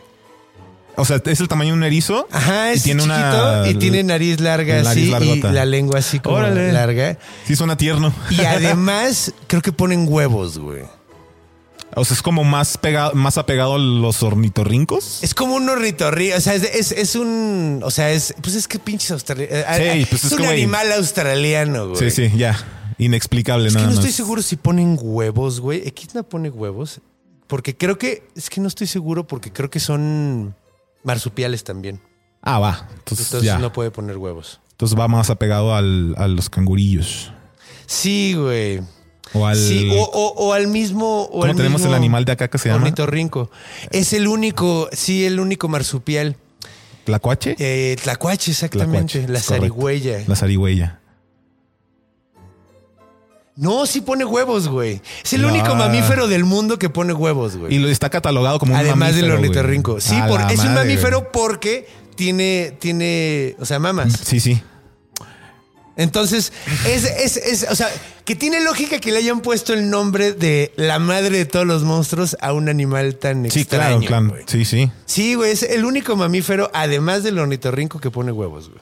S3: O sea, es el tamaño de un erizo.
S1: Ajá,
S3: y
S1: es
S3: tiene
S1: chiquito
S3: una.
S1: y tiene nariz larga
S3: Nariz
S1: así
S3: largota.
S1: y la lengua así como
S3: Órale.
S1: larga.
S3: Sí, suena tierno.
S1: Y además creo que ponen huevos, güey.
S3: O sea, es como más pegado, más apegado a los ornitorrincos.
S1: Es como un ornitorrinco, o sea, es, es, es un, o sea, es, pues es que pinches australianos.
S3: Sí, pues
S1: es,
S3: es
S1: un
S3: que, güey.
S1: animal australiano, güey.
S3: Sí, sí, ya. Inexplicable
S1: Es que
S3: nada
S1: no
S3: más.
S1: estoy seguro si ponen huevos, güey. Equidna pone huevos. Porque creo que. Es que no estoy seguro porque creo que son marsupiales también.
S3: Ah, va. Entonces,
S1: Entonces
S3: ya.
S1: no puede poner huevos.
S3: Entonces va más apegado al, a los cangurillos.
S1: Sí, güey.
S3: O al.
S1: Sí, o, o- o al mismo. O
S3: ¿Cómo
S1: al
S3: tenemos
S1: mismo
S3: el animal de acá que se llama?
S1: ornitorrinco. Es el único, sí, el único marsupial.
S3: ¿Tlacuache?
S1: Eh, tlacuache, exactamente.
S3: Tlacuache,
S1: La
S3: es correcto.
S1: zarigüeya.
S3: La zarigüeya.
S1: No, sí pone huevos, güey. Es el
S3: La-
S1: único mamífero del mundo que pone huevos, güey.
S3: Ah. Y lo está catalogado como un
S1: Además del
S3: mamífero, güey.
S1: ornitorrinco. Sí,
S3: A
S1: por-
S3: la
S1: es un
S3: madre,
S1: mamífero pues.
S3: güey.
S1: porque tiene, tiene, o sea, mamas.
S3: Sí, sí.
S1: Entonces, es, es, es, o sea, que tiene lógica que le hayan puesto el nombre de la madre de todos los monstruos a un animal tan
S3: Sí,
S1: extraño.
S3: claro, claro.
S1: güey.
S3: Sí, sí.
S1: Sí, güey, es el único mamífero, además del ornitorrinco, que pone huevos, güey.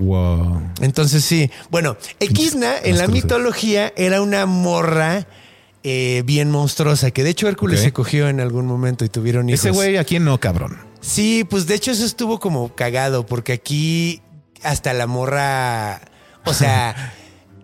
S3: Wow.
S1: Entonces, sí. Bueno, Equisna en
S3: las
S1: la
S3: cruces.
S1: mitología era una morra eh, bien monstruosa, que de hecho Hércules
S3: Ok.
S1: se cogió en algún momento y tuvieron hijos.
S3: Ese güey, ¿a quién no, cabrón?
S1: Sí, pues de hecho eso estuvo como cagado, porque aquí hasta la morra, o sea,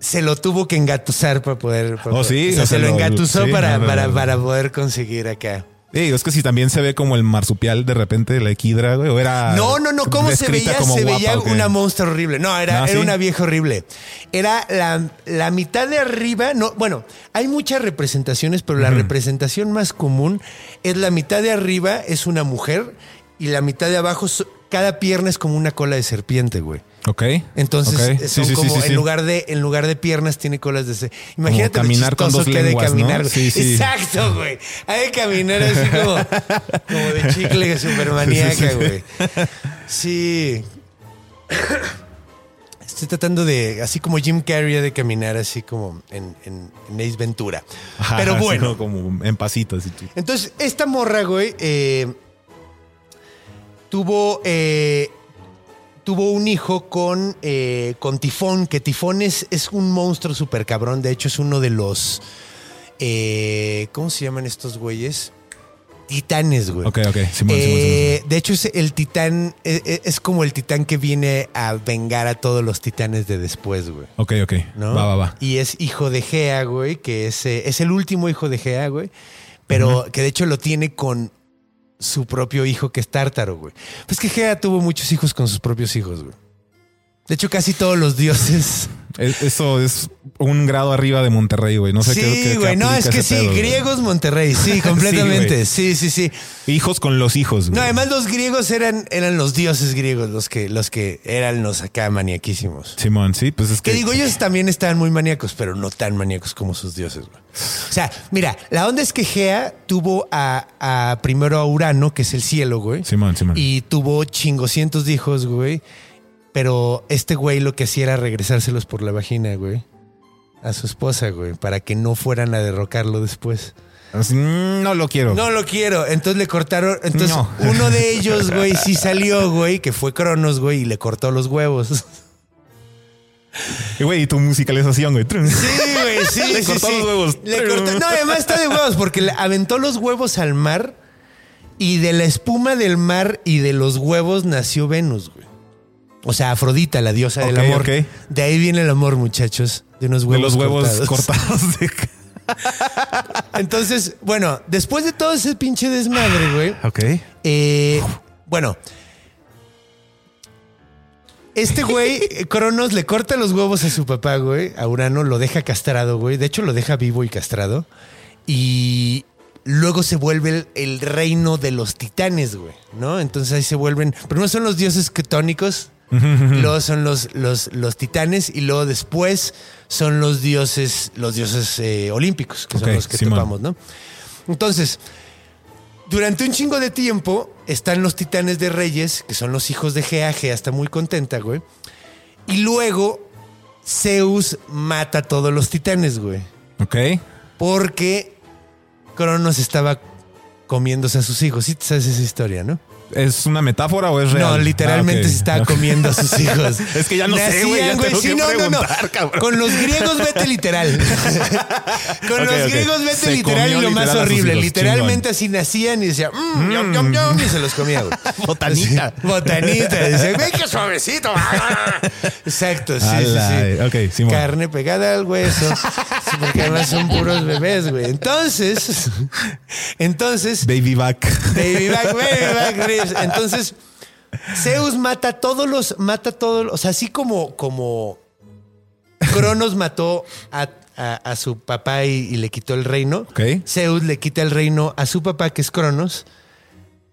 S1: se lo tuvo que engatusar para poder... para
S3: Oh,
S1: poder-
S3: sí,
S1: o sea,
S3: o
S1: se
S3: sea,
S1: lo
S3: lo-
S1: engatusó
S3: sí,
S1: para,
S3: no, no,
S1: para,
S3: no.
S1: para poder conseguir acá.
S3: Ey, es que si también se ve como el marsupial de repente, la equidra, güey, o era.
S1: No, no, no, ¿cómo se
S3: descrita
S1: veía?
S3: como
S1: Se
S3: guapa,
S1: veía
S3: ¿o qué?
S1: una monstrua horrible. No, era,
S3: Ah,
S1: era
S3: ¿sí?
S1: una vieja horrible. Era la, la mitad de arriba, no, bueno, hay muchas representaciones, pero la representación más común es la mitad de arriba es una mujer y la mitad de abajo, so- cada pierna es como una cola de serpiente, güey.
S3: Ok.
S1: Entonces eh,
S3: Ok.
S1: son
S3: Sí, sí, sí,
S1: como
S3: sí,
S1: en
S3: sí.
S1: lugar de en lugar de piernas tiene colas de ce- Imagínate lo
S3: caminar con
S1: chistoso
S3: dos
S1: que ha de
S3: lenguas, ¿no?
S1: caminar. güey.
S3: Sí, sí.
S1: Exacto, güey. Hay de caminar así como, como de chicle
S3: Sí,
S1: supermaníaca,
S3: sí, sí.
S1: güey. Sí. Estoy tratando de, así como Jim Carrey ha de caminar así como en, en, en Ace Ventura.
S3: Ajá,
S1: Pero
S3: así,
S1: bueno.
S3: ¿no? como en pasitos y tú.
S1: Entonces, esta morra, güey, eh, tuvo, eh, tuvo un hijo con, eh, con Tifón, que Tifón es, es un monstruo súper cabrón. De hecho, es uno de los. eh, ¿Cómo se llaman estos güeyes? Titanes, güey.
S3: Ok, ok. Simón, Simón,
S1: Eh,
S3: Simón,
S1: De hecho, es el titán eh, eh, es como el titán que viene a vengar a todos los titanes de después, güey.
S3: Ok, ok.
S1: ¿no?
S3: Va, va, va.
S1: Y es hijo de Gea, güey, que es, eh, es el último hijo de Gea, güey. Pero que de hecho lo tiene con su propio hijo, que es Tártaro, güey. Pues que Gea tuvo muchos hijos con sus propios hijos, güey. De hecho, casi todos los dioses.
S3: Es- Eso es un grado arriba de Monterrey, güey. No sé qué- qué.
S1: sí,
S3: qué
S1: güey. No, es
S3: aplica
S1: que
S3: ese
S1: sí,
S3: pedo, güey.
S1: griegos, Monterrey. Sí, completamente. sí, sí, sí.
S3: Hijos con los hijos, güey.
S1: No, además los griegos eran, eran los dioses griegos, los que, los que eran los acá maniaquísimos.
S3: Simón, sí, pues es que.
S1: Que digo, ellos también estaban muy maníacos, pero no tan maníacos como sus dioses, güey. O sea, mira, la onda es que Gea tuvo a, a primero a Urano, que es el cielo, güey.
S3: Simón, Simón.
S1: Y tuvo chingoscientos de hijos, güey. Pero este güey lo que hacía era regresárselos por la vagina, güey. A su esposa, güey, para que no fueran a derrocarlo después.
S3: Así, mm, no lo quiero.
S1: No lo quiero. Entonces le cortaron. Entonces,
S3: No.
S1: uno de ellos, güey, sí salió, güey, que fue Cronos, güey, y le cortó los huevos.
S3: Y, Güey, y tu musicalización, güey.
S1: Sí, güey, sí.
S3: Le
S1: sí,
S3: cortó
S1: sí.
S3: los huevos.
S1: Le cortó- No, además está de huevos porque le aventó los huevos al mar y de la espuma del mar y de los huevos nació Venus, güey. O sea, Afrodita, la diosa del
S3: Ok,
S1: amor.
S3: ok.
S1: De ahí viene el amor, muchachos. De unos
S3: De
S1: huevos.
S3: los huevos
S1: cortados.
S3: cortados. de-
S1: Entonces, bueno, después de todo ese pinche desmadre, güey.
S3: Ok.
S1: Eh, bueno. Este güey, eh, Cronos, le corta los huevos a su papá, güey. A Urano lo deja castrado, güey. De hecho, lo deja vivo y castrado. Y luego se vuelve el, el reino de los titanes, güey. ¿No? Entonces ahí se vuelven. Pero no son los dioses ketónicos, Y luego son los, los, los titanes y luego después son los dioses, los dioses eh, olímpicos, que
S3: Ok,
S1: son los que
S3: Simón.
S1: topamos, ¿no? Entonces, durante un chingo de tiempo están los titanes de reyes, que son los hijos de Gea. Gea está muy contenta, güey. Y luego Zeus mata a todos los titanes, güey.
S3: Ok.
S1: Porque Cronos estaba comiéndose a sus hijos. Sí, te sabes esa historia, ¿no?
S3: ¿Es una metáfora o es
S1: No,
S3: real?
S1: literalmente
S3: Ah, ok.
S1: se estaba
S3: Ok.
S1: comiendo a sus hijos.
S3: Es que ya no sé, güey, ya tengo que preguntar, cabrón.
S1: Con los griegos vete literal. Con
S3: Ok,
S1: los
S3: ok.
S1: griegos vete
S3: Se
S1: literal y
S3: comió
S1: lo más
S3: literal a sus
S1: horrible.
S3: hijos,
S1: Literalmente así nacían y decía, "Mm, yum, yum, yum", y se los comía. güey.
S3: Botanita.
S1: Así, botanita. Decía, güey, qué suavecito. Exacto, sí,
S3: Ala,
S1: sí, sí.
S3: ok, Simón.
S1: Carne pegada al hueso. Sí, porque además son puros bebés, güey. Entonces, entonces,
S3: Baby back.
S1: Baby back, baby back ribs. Entonces, Zeus mata a todos los, mata a todos, o sea, así como, como Cronos mató a, a- a su papá y, y le quitó el reino.
S3: Ok.
S1: Zeus le quita el reino a su papá, que es Cronos,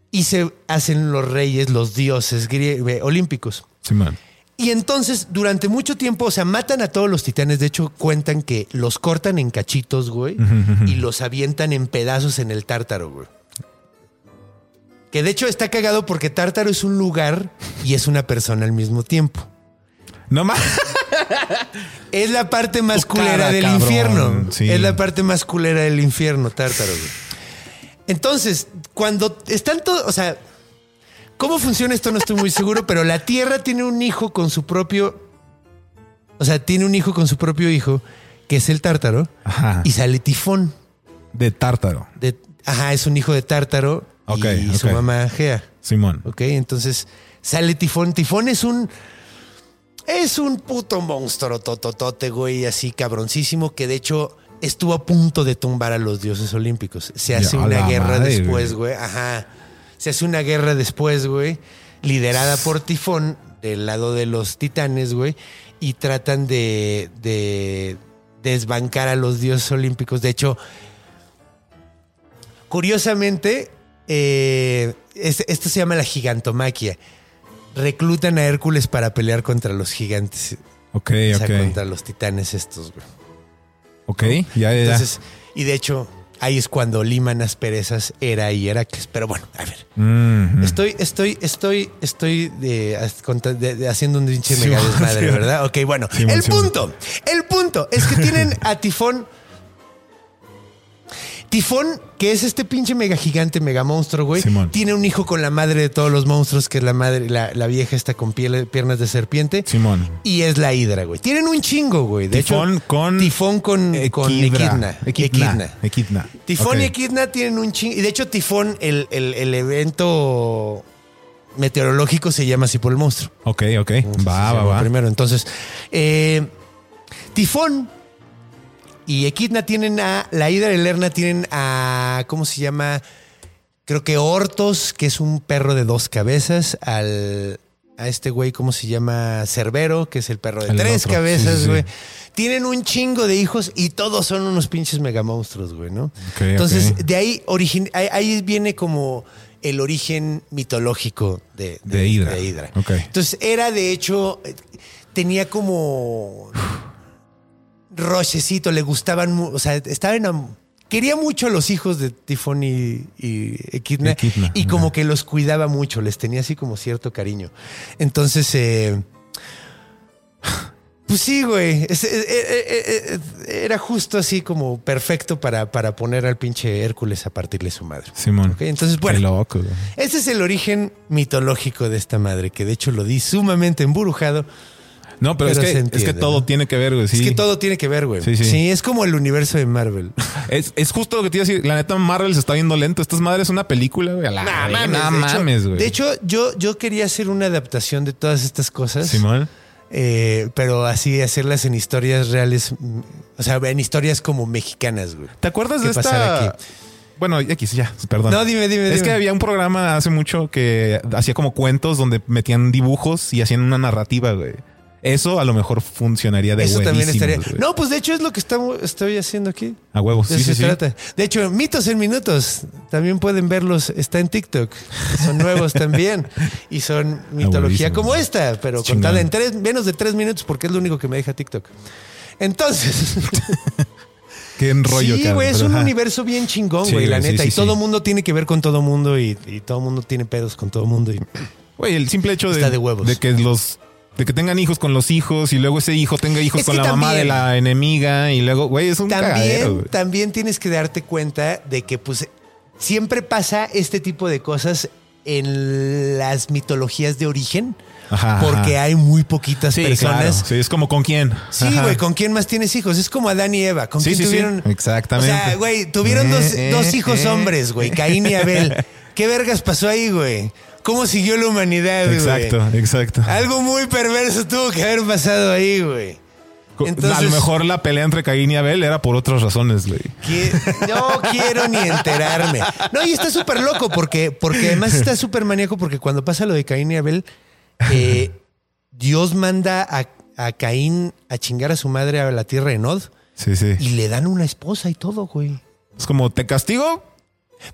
S1: y se hacen los reyes, los dioses grie- eh, olímpicos.
S3: Simón.
S1: Y entonces, durante mucho tiempo, o sea, matan a todos los titanes. De hecho, cuentan que los cortan en cachitos, güey, y los avientan en pedazos en el tártaro, güey. Que de hecho está cagado porque Tártaro es un lugar y es una persona al mismo tiempo.
S3: No más.
S1: Es la parte más
S3: Tu cara,
S1: culera del
S3: cabrón.
S1: infierno.
S3: Sí.
S1: Es la parte más culera del infierno, Tártaro. güey. Entonces, cuando están todos, o sea, ¿cómo funciona esto? No estoy muy seguro, pero la Tierra tiene un hijo con su propio, o sea, tiene un hijo con su propio hijo, que es el Tártaro,
S3: Ajá.
S1: y sale Tifón.
S3: De tártaro.
S1: de- ajá, es un hijo de Tártaro
S3: Ok,
S1: y su
S3: ok.
S1: mamá Gea.
S3: Simón.
S1: ¿Ok? Entonces sale Tifón. Tifón es un. Es un puto monstruo tototote, güey, así cabroncísimo, que de hecho estuvo a punto de tumbar a los dioses olímpicos. Se hace
S3: Ya, a
S1: una
S3: la
S1: guerra
S3: madre,
S1: después, güey. Ajá. Se hace una guerra después, güey, liderada por Tifón, del lado de los titanes, güey, y tratan de, de desbancar a los dioses olímpicos. De hecho, Curiosamente, eh, es- esto se llama la gigantomaquia. Reclutan a Hércules para pelear contra los gigantes,
S3: Ok,
S1: o sea,
S3: ok.
S1: contra los titanes estos. güey.
S3: Ok, ya, ya, ya.
S1: Entonces, y de hecho, ahí es cuando liman asperezas Hera y Heracles. Pero bueno, a ver.
S3: Mm, mm.
S1: Estoy, estoy, estoy, estoy de- as- conta- de- de- haciendo un pinche
S3: Sí,
S1: mega
S3: bueno,
S1: desmadre,
S3: sí.
S1: ¿verdad? Ok, bueno.
S3: Sí, bueno,
S1: el
S3: sí,
S1: punto, el punto es que tienen a Tifón. Tifón, que es este pinche mega gigante, mega monstruo, güey,
S3: Simón.
S1: tiene un hijo con la madre de todos los monstruos, que es la madre, la, la vieja está con piel- piernas de serpiente.
S3: Simón.
S1: Y es la hidra, güey. Tienen un chingo, güey. De
S3: Tifón
S1: hecho,
S3: con-
S1: Tifón con, Eh, con Equidna.
S3: Equidra. Mm. Equidna.
S1: Equidna.
S3: Equidna.
S1: Tifón
S3: Ok.
S1: y Equidna tienen un ching... Y de hecho, Tifón, el, el- el evento meteorológico se llama así por el monstruo.
S3: Ok, ok.
S1: Entonces, Mm,
S3: Va,
S1: se
S3: va,
S1: llama
S3: va.
S1: Primero, entonces, eh, Tifón y Equidna tienen a... La Hidra y Lerna tienen a... ¿Cómo se llama? Creo que Hortos, que es un perro de dos cabezas, al... A este güey, ¿cómo se llama? Cerbero, que es el perro de
S3: El
S1: tres
S3: otro, sí, sí,
S1: cabezas,
S3: sí.
S1: güey. Tienen un chingo de hijos y todos son unos pinches megamonstruos, güey, ¿no?
S3: Ok,
S1: Entonces,
S3: ok.
S1: de ahí, origin- ahí, ahí viene como el origen mitológico de,
S3: De Hidra.
S1: de Hidra.
S3: Ok.
S1: Entonces, era de hecho, eh, tenía como rochecito, le gustaban, mu- o sea, estaba enam- Quería mucho a los hijos de Tifón y, y Equidna,
S3: Equidna,
S1: y como
S3: ajá.
S1: que los cuidaba mucho, les tenía así como cierto cariño. Entonces, eh, pues sí, güey. Es- es- e- e- e- Era justo así como perfecto para, para poner al pinche Hércules a partirle su madre.
S3: Simón.
S1: Ok, entonces, bueno.
S3: Qué loco. güey.
S1: Ese es el origen mitológico de esta madre, que de hecho lo di sumamente emburujado.
S3: No,
S1: Pero
S3: pero, es,
S1: se
S3: que, es
S1: entiende,
S3: que todo
S1: ¿no?
S3: tiene que ver, güey. Sí.
S1: Es que todo tiene que ver, güey.
S3: Sí, sí.
S1: es como el universo de Marvel.
S3: Es, es justo lo que te iba a decir. La neta, Marvel se está viendo lento. Estas madres es una película, güey. a la
S1: Nah,
S3: verga.
S1: mames,
S3: No
S1: de hecho-
S3: mames, güey.
S1: De hecho, yo, yo quería hacer una adaptación de todas estas cosas.
S3: Simón.
S1: eh, pero así hacerlas en historias reales, mm, o sea, en historias como mexicanas, güey.
S3: ¿Te acuerdas
S1: ¿Qué
S3: de
S1: pasará
S3: esta?
S1: aquí?
S3: Bueno, X, ya, perdón.
S1: No, dime, dime,
S3: Es
S1: dime.
S3: que había un programa hace mucho que hacía como cuentos donde metían dibujos y hacían una narrativa, güey. Eso a lo mejor funcionaría de
S1: Eso también
S3: huevísimos,
S1: estaría.
S3: güey.
S1: No, pues de hecho es lo que estamos, estoy haciendo aquí.
S3: A huevos.
S1: De
S3: Pues Sí,
S1: eso
S3: sí,
S1: se
S3: sí.
S1: trata. De hecho, mitos en minutos. También pueden verlos. Está en TikTok. Son nuevos también. Y son mitología
S3: buenísimo.
S1: como esta, pero
S3: Chingón.
S1: contada en tres, menos de tres minutos porque es lo único que me deja TikTok. Entonces,
S3: Qué enrollo,
S1: sí,
S3: cabrón,
S1: güey, es
S3: pero
S1: un
S3: ajá.
S1: universo bien chingón,
S3: Sí,
S1: güey, la
S3: güey, sí,
S1: neta.
S3: sí,
S1: y todo
S3: sí.
S1: mundo tiene que ver con todo mundo y, y todo mundo tiene pedos con todo mundo. Y
S3: Güey, el simple hecho de,
S1: Está de huevos.
S3: que los de que tengan hijos con los hijos y luego ese hijo tenga hijos
S1: Es
S3: con
S1: que
S3: la mamá de
S1: también-
S3: la enemiga y luego, güey, es un cagadero,
S1: también,
S3: güey.
S1: también tienes que darte cuenta de que pues siempre pasa este tipo de cosas en las mitologías de origen.
S3: Ajá,
S1: Porque
S3: ajá.
S1: hay muy poquitas
S3: Sí,
S1: personas.
S3: claro. Sí, es como con quién.
S1: Sí,
S3: Ajá.
S1: güey, ¿con quién más tienes hijos? Es como Adán y Eva. ¿Con
S3: Sí,
S1: quién
S3: sí, sí.
S1: tuvieron?
S3: Exactamente.
S1: O sea, güey, tuvieron
S3: Eh,
S1: dos,
S3: eh,
S1: dos hijos
S3: eh.
S1: hombres, güey, Caín y Abel. ¿Qué vergas pasó ahí, güey? ¿Cómo siguió la humanidad, güey?
S3: Exacto, exacto.
S1: Algo muy perverso tuvo que haber pasado ahí, güey.
S3: Co-
S1: entonces-
S3: a lo mejor la pelea entre Caín y Abel era por otras razones, güey.
S1: Que- No quiero ni enterarme. No, y está súper loco porque, porque además está súper maníaco porque cuando pasa lo de Caín y Abel, eh, Dios manda a, a Caín a chingar a su madre a la tierra de Nod
S3: Sí, sí.
S1: y le dan una esposa y todo, güey.
S3: Es como, ¿te castigo?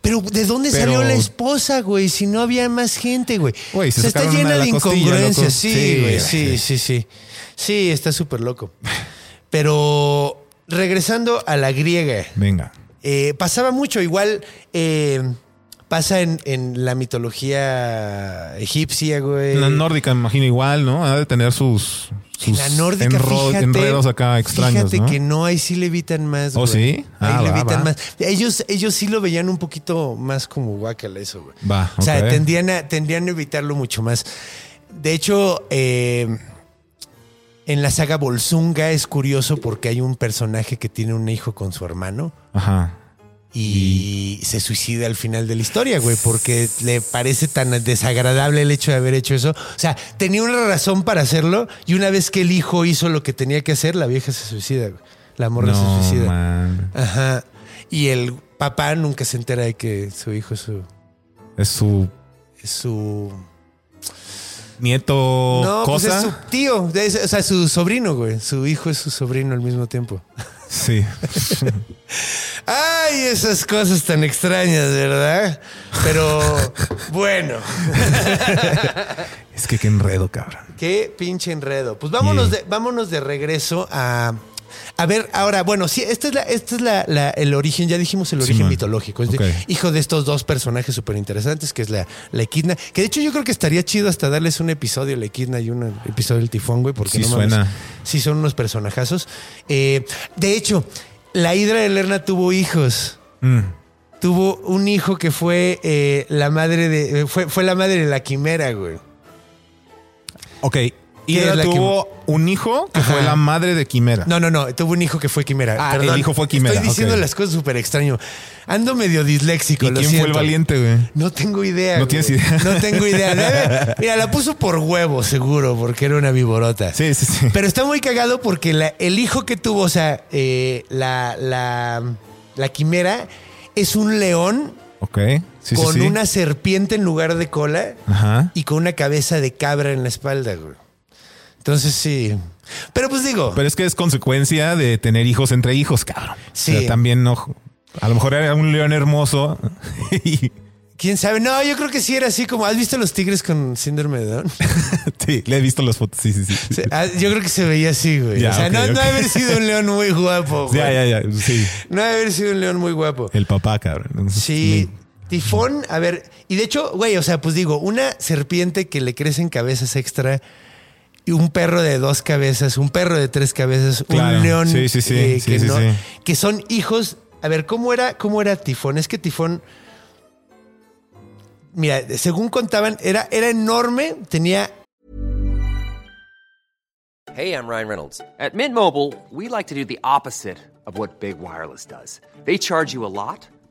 S1: Pero ¿de dónde
S3: Pero-
S1: salió la esposa, güey? Si no había más gente, güey.
S3: Güey,
S1: O
S3: se
S1: sea, está
S3: sacaron una
S1: llena
S3: de
S1: de
S3: la costilla, loco.
S1: incongruencias. Sí,
S3: Sí,
S1: güey. Sí,
S3: sí.
S1: sí, sí. Sí, está súper loco. Pero regresando a la griega.
S3: Venga.
S1: Eh, pasaba mucho, igual eh, pasa en, en la mitología egipcia, güey.
S3: La nórdica, me imagino, igual, ¿no? Ha de tener sus,
S1: Eh, En
S3: sus
S1: la nórdica,
S3: enro-
S1: fíjate,
S3: enredos acá extraños,
S1: Fíjate
S3: ¿no?
S1: que no, ahí sí levitan más,
S3: ¿Oh,
S1: güey.
S3: sí? Ah,
S1: ahí
S3: va,
S1: levitan
S3: va.
S1: más. Ellos, ellos sí lo veían un poquito más como guacal eso, güey.
S3: Va,
S1: O sea,
S3: ok.
S1: tendrían a, tendrían a evitarlo mucho más. De hecho, eh, en la saga Bolsunga es curioso porque hay un personaje que tiene un hijo con su hermano.
S3: Ajá.
S1: y se suicida al final de la historia, güey, porque le parece tan desagradable el hecho de haber hecho eso. O sea, tenía una razón para hacerlo y una vez que el hijo hizo lo que tenía que hacer, la vieja se suicida, güey. La morra
S3: No,
S1: se suicida. Ah.
S3: man.
S1: Ajá. Y el papá nunca se entera de que su hijo es su...
S3: Es su
S1: es su...
S3: nieto
S1: No, pues
S3: Oh, cosa.
S1: es su tío, es- o sea, su sobrino, güey. Su hijo es su sobrino al mismo tiempo.
S3: Sí.
S1: Ay, esas cosas tan extrañas, ¿verdad? Pero bueno.
S3: Es que qué enredo, cabrón.
S1: Qué pinche enredo. Pues vámonos,
S3: Yeah.
S1: de, vámonos de regreso a. A ver, ahora, bueno, sí, este es, la, este es la- la- el origen, ya dijimos el origen
S3: Simón.
S1: mitológico. Es de-
S3: Ok.
S1: hijo de estos dos personajes súper interesantes, que es la, la Equidna, que de hecho yo creo que estaría chido hasta darles un episodio, la Equidna y un episodio del Tifón, güey, porque
S3: Sí
S1: no mames,
S3: suena.
S1: sí son unos personajazos. Eh, de hecho, la Hidra de Lerna tuvo hijos
S3: Mm.
S1: tuvo un hijo que fue eh, la madre de. eh, Fue, fue la madre de la quimera, güey.
S3: Ok. Y
S1: ¿Quién es la
S3: ella tuvo un hijo que
S1: Ajá.
S3: fue la madre de Quimera.
S1: No, no, no. Tuvo un hijo que fue quimera.
S3: Ah,
S1: Perdón.
S3: el hijo fue quimera,
S1: Estoy diciendo
S3: ok.
S1: las cosas súper extraño. Ando medio disléxico.
S3: ¿Y
S1: lo
S3: quién fue el
S1: siento.
S3: valiente, güey?
S1: No tengo idea.
S3: No
S1: güey.
S3: tienes idea.
S1: No tengo idea. Debe- Mira, la puso por huevo, seguro, porque era una viborota.
S3: Sí, sí, sí.
S1: Pero está muy cagado porque la- el hijo que tuvo, o sea, eh, la, la, la quimera es un león
S3: ok. Sí,
S1: con
S3: sí, sí.
S1: una serpiente en lugar de cola.
S3: Ajá.
S1: y con una cabeza de cabra en la espalda, güey. Entonces sí. Pero pues digo,
S3: Pero es que es consecuencia de tener hijos entre hijos, cabrón.
S1: Sí.
S3: O sea, también no. A lo mejor era un león hermoso. y-
S1: quién sabe. No, yo creo que sí era así como has visto los tigres con síndrome de Down.
S3: sí, le he visto las fotos. Sí, sí, sí.
S1: O sea, ah, yo creo que se veía así, güey.
S3: Ya,
S1: o sea,
S3: ok,
S1: no, no
S3: ok.
S1: haber sido un león muy guapo, güey.
S3: ya, ya, ya. Sí.
S1: No haber sido un león muy guapo.
S3: El papá, cabrón.
S1: Sí. Tifón, a ver, y de hecho, güey, o sea, pues digo, una serpiente que le crecen cabezas extra, y un perro de dos cabezas, un perro de tres cabezas,
S3: Claro.
S1: un león eh,
S3: Sí, sí, sí, sí,
S1: que,
S3: sí,
S1: no-
S3: sí.
S1: que son hijos. A ver, ¿cómo era, cómo era Tifón? Es que Tifón, mira, según contaban, era, era enorme, tenía
S4: Hey, I'm Ryan Reynolds. At Mint Mobile, we like to do the opposite of what Big Wireless does. They charge you a lot,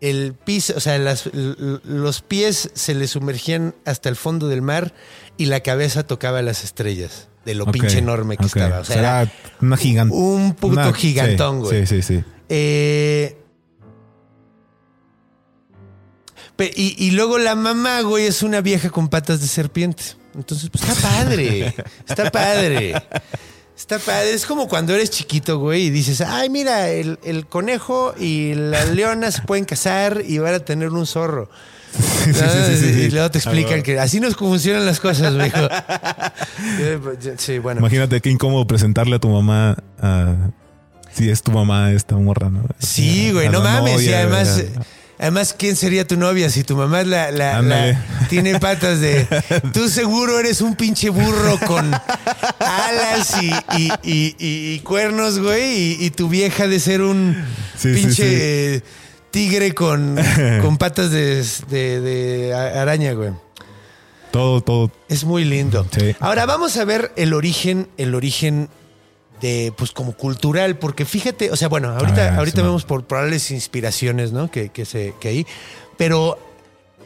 S1: el piso, o sea, las- l- l- los pies se le sumergían hasta el fondo del mar y la cabeza tocaba las estrellas de lo
S3: Ok,
S1: pinche enorme que
S3: ok.
S1: estaba. O sea, era-
S3: era una gigante.
S1: un puto
S3: una-
S1: gigantón,
S3: sí,
S1: güey.
S3: Sí, sí, sí.
S1: Eh, pe- y, y luego la mamá, güey, es una vieja con patas de serpiente. Entonces, pues está padre. está padre. Está padre. Es como cuando eres chiquito, güey, y dices, ay, mira, el, el conejo y la leona se pueden casar y van a tener un zorro. Ah,
S3: Sí, sí, sí, sí, sí.
S1: Y luego te
S3: Ah,
S1: explican
S3: güey.
S1: que así nos funcionan las cosas, mijo. Eh, pues, Sí, bueno.
S3: Imagínate qué incómodo presentarle a tu mamá ah, si es tu mamá esta morra, ¿no?
S1: Sí, güey,
S3: A
S1: no
S3: la
S1: mames.
S3: novia,
S1: y además, eh,
S3: güey, a-
S1: además, ¿quién sería tu novia si tu mamá es la, la-
S3: Ándale.
S1: la- tiene patas de... Tú seguro eres un pinche burro con alas y, y- y- y- y cuernos, güey, y, y tu vieja de ser un
S3: Sí, sí,
S1: pinche
S3: sí.
S1: eh, tigre con, con patas de, de- de a- araña, güey.
S3: Todo, todo.
S1: Es muy lindo.
S3: Sí.
S1: Ahora vamos a ver el origen, el origen de, pues como cultural, porque fíjate, o sea, bueno, ahorita,
S3: ver,
S1: ahorita
S3: Ah, sí,
S1: vemos por probables inspiraciones, ¿no? Que, que se, que hay, pero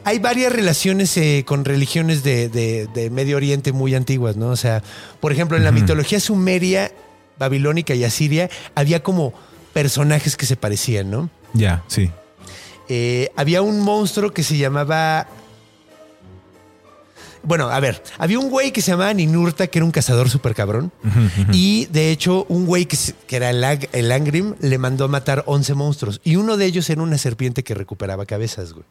S1: hay varias relaciones eh, con religiones de, de- de Medio Oriente muy antiguas, ¿no? O sea, por ejemplo, en la mitología sumeria, babilónica y asiria, había como personajes que se parecían, ¿no?
S3: Ya, sí.
S1: Eh, había un monstruo que se llamaba. Bueno, a ver, había un güey que se llamaba Ninurta, que era un cazador súper cabrón. Y de hecho, un güey que, se- que era el, Ag- el Angrim le mandó a matar 11 monstruos. Y uno de ellos era una serpiente que recuperaba cabezas, güey.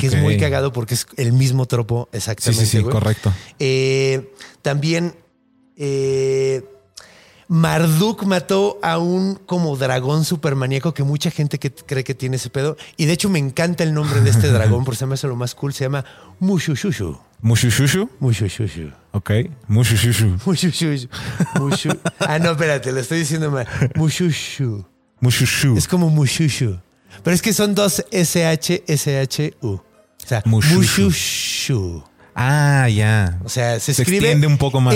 S1: Que es
S3: Ok.
S1: muy cagado porque es el mismo tropo
S3: Sí,
S1: exactamente.
S3: sí, sí,
S1: güey.
S3: correcto.
S1: Eh, también eh, Marduk mató a un como dragón supermaníaco que mucha gente que cree que tiene ese pedo. Y de hecho me encanta el nombre de este dragón porque se me hace lo más cool. Se llama Mushushushu.
S3: Mushushushu.
S1: Mushushushu.
S3: Ok. Mushushushu.
S1: Mushushushu. Mushu- Ah, no, espérate, lo estoy diciendo mal. Mushushu.
S3: Mushushu.
S1: Es como Mushushu. Pero es que son dos S-H-S-H-U. O sea,
S3: Mushushu.
S1: Mushushu.
S3: Ah, ya.
S1: O sea, se,
S3: Se
S1: escribe.
S3: extiende un poco más.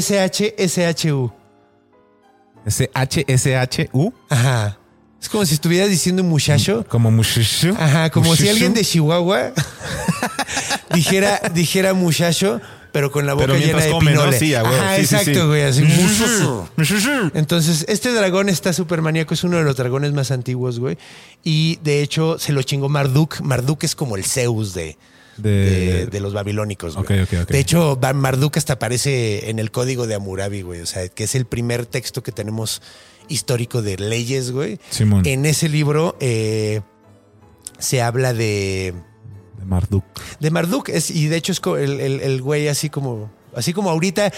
S1: M-U-S-H-H-U-S-H-S-H-U.
S3: S-H-S-H-U.
S1: Ajá. Es como si estuvieras diciendo muchacho.
S3: Como Mushushu.
S1: Ajá, como si
S3: Mushushu.
S1: alguien de Chihuahua dijera, dijera muchacho, pero con la boca
S3: Pero
S1: llena
S3: mientras
S1: de
S3: come, ¿no?
S1: pinole.
S3: Sí, a huevo.
S1: Ajá,
S3: Sí, Mm, sí,
S1: exacto,
S3: sí.
S1: güey. Así,
S3: Mushushu. Mushushu.
S1: Entonces, este dragón está súper maníaco, es uno de los dragones más antiguos, güey. Y de hecho, se lo chingó Marduk. Marduk es como el Zeus de,
S3: mm. De-
S1: de, de los babilónicos, güey.
S3: Eh, Ok, ok, ok.
S1: De hecho, Ba- Marduk hasta aparece en el código de Hammurabi, güey. O sea, que es el primer texto que tenemos histórico de leyes, güey.
S3: Simón.
S1: En ese libro eh, se habla de.
S3: De Marduk.
S1: De Marduk, es, y de hecho es co- el, el- el güey así como. Así como ahorita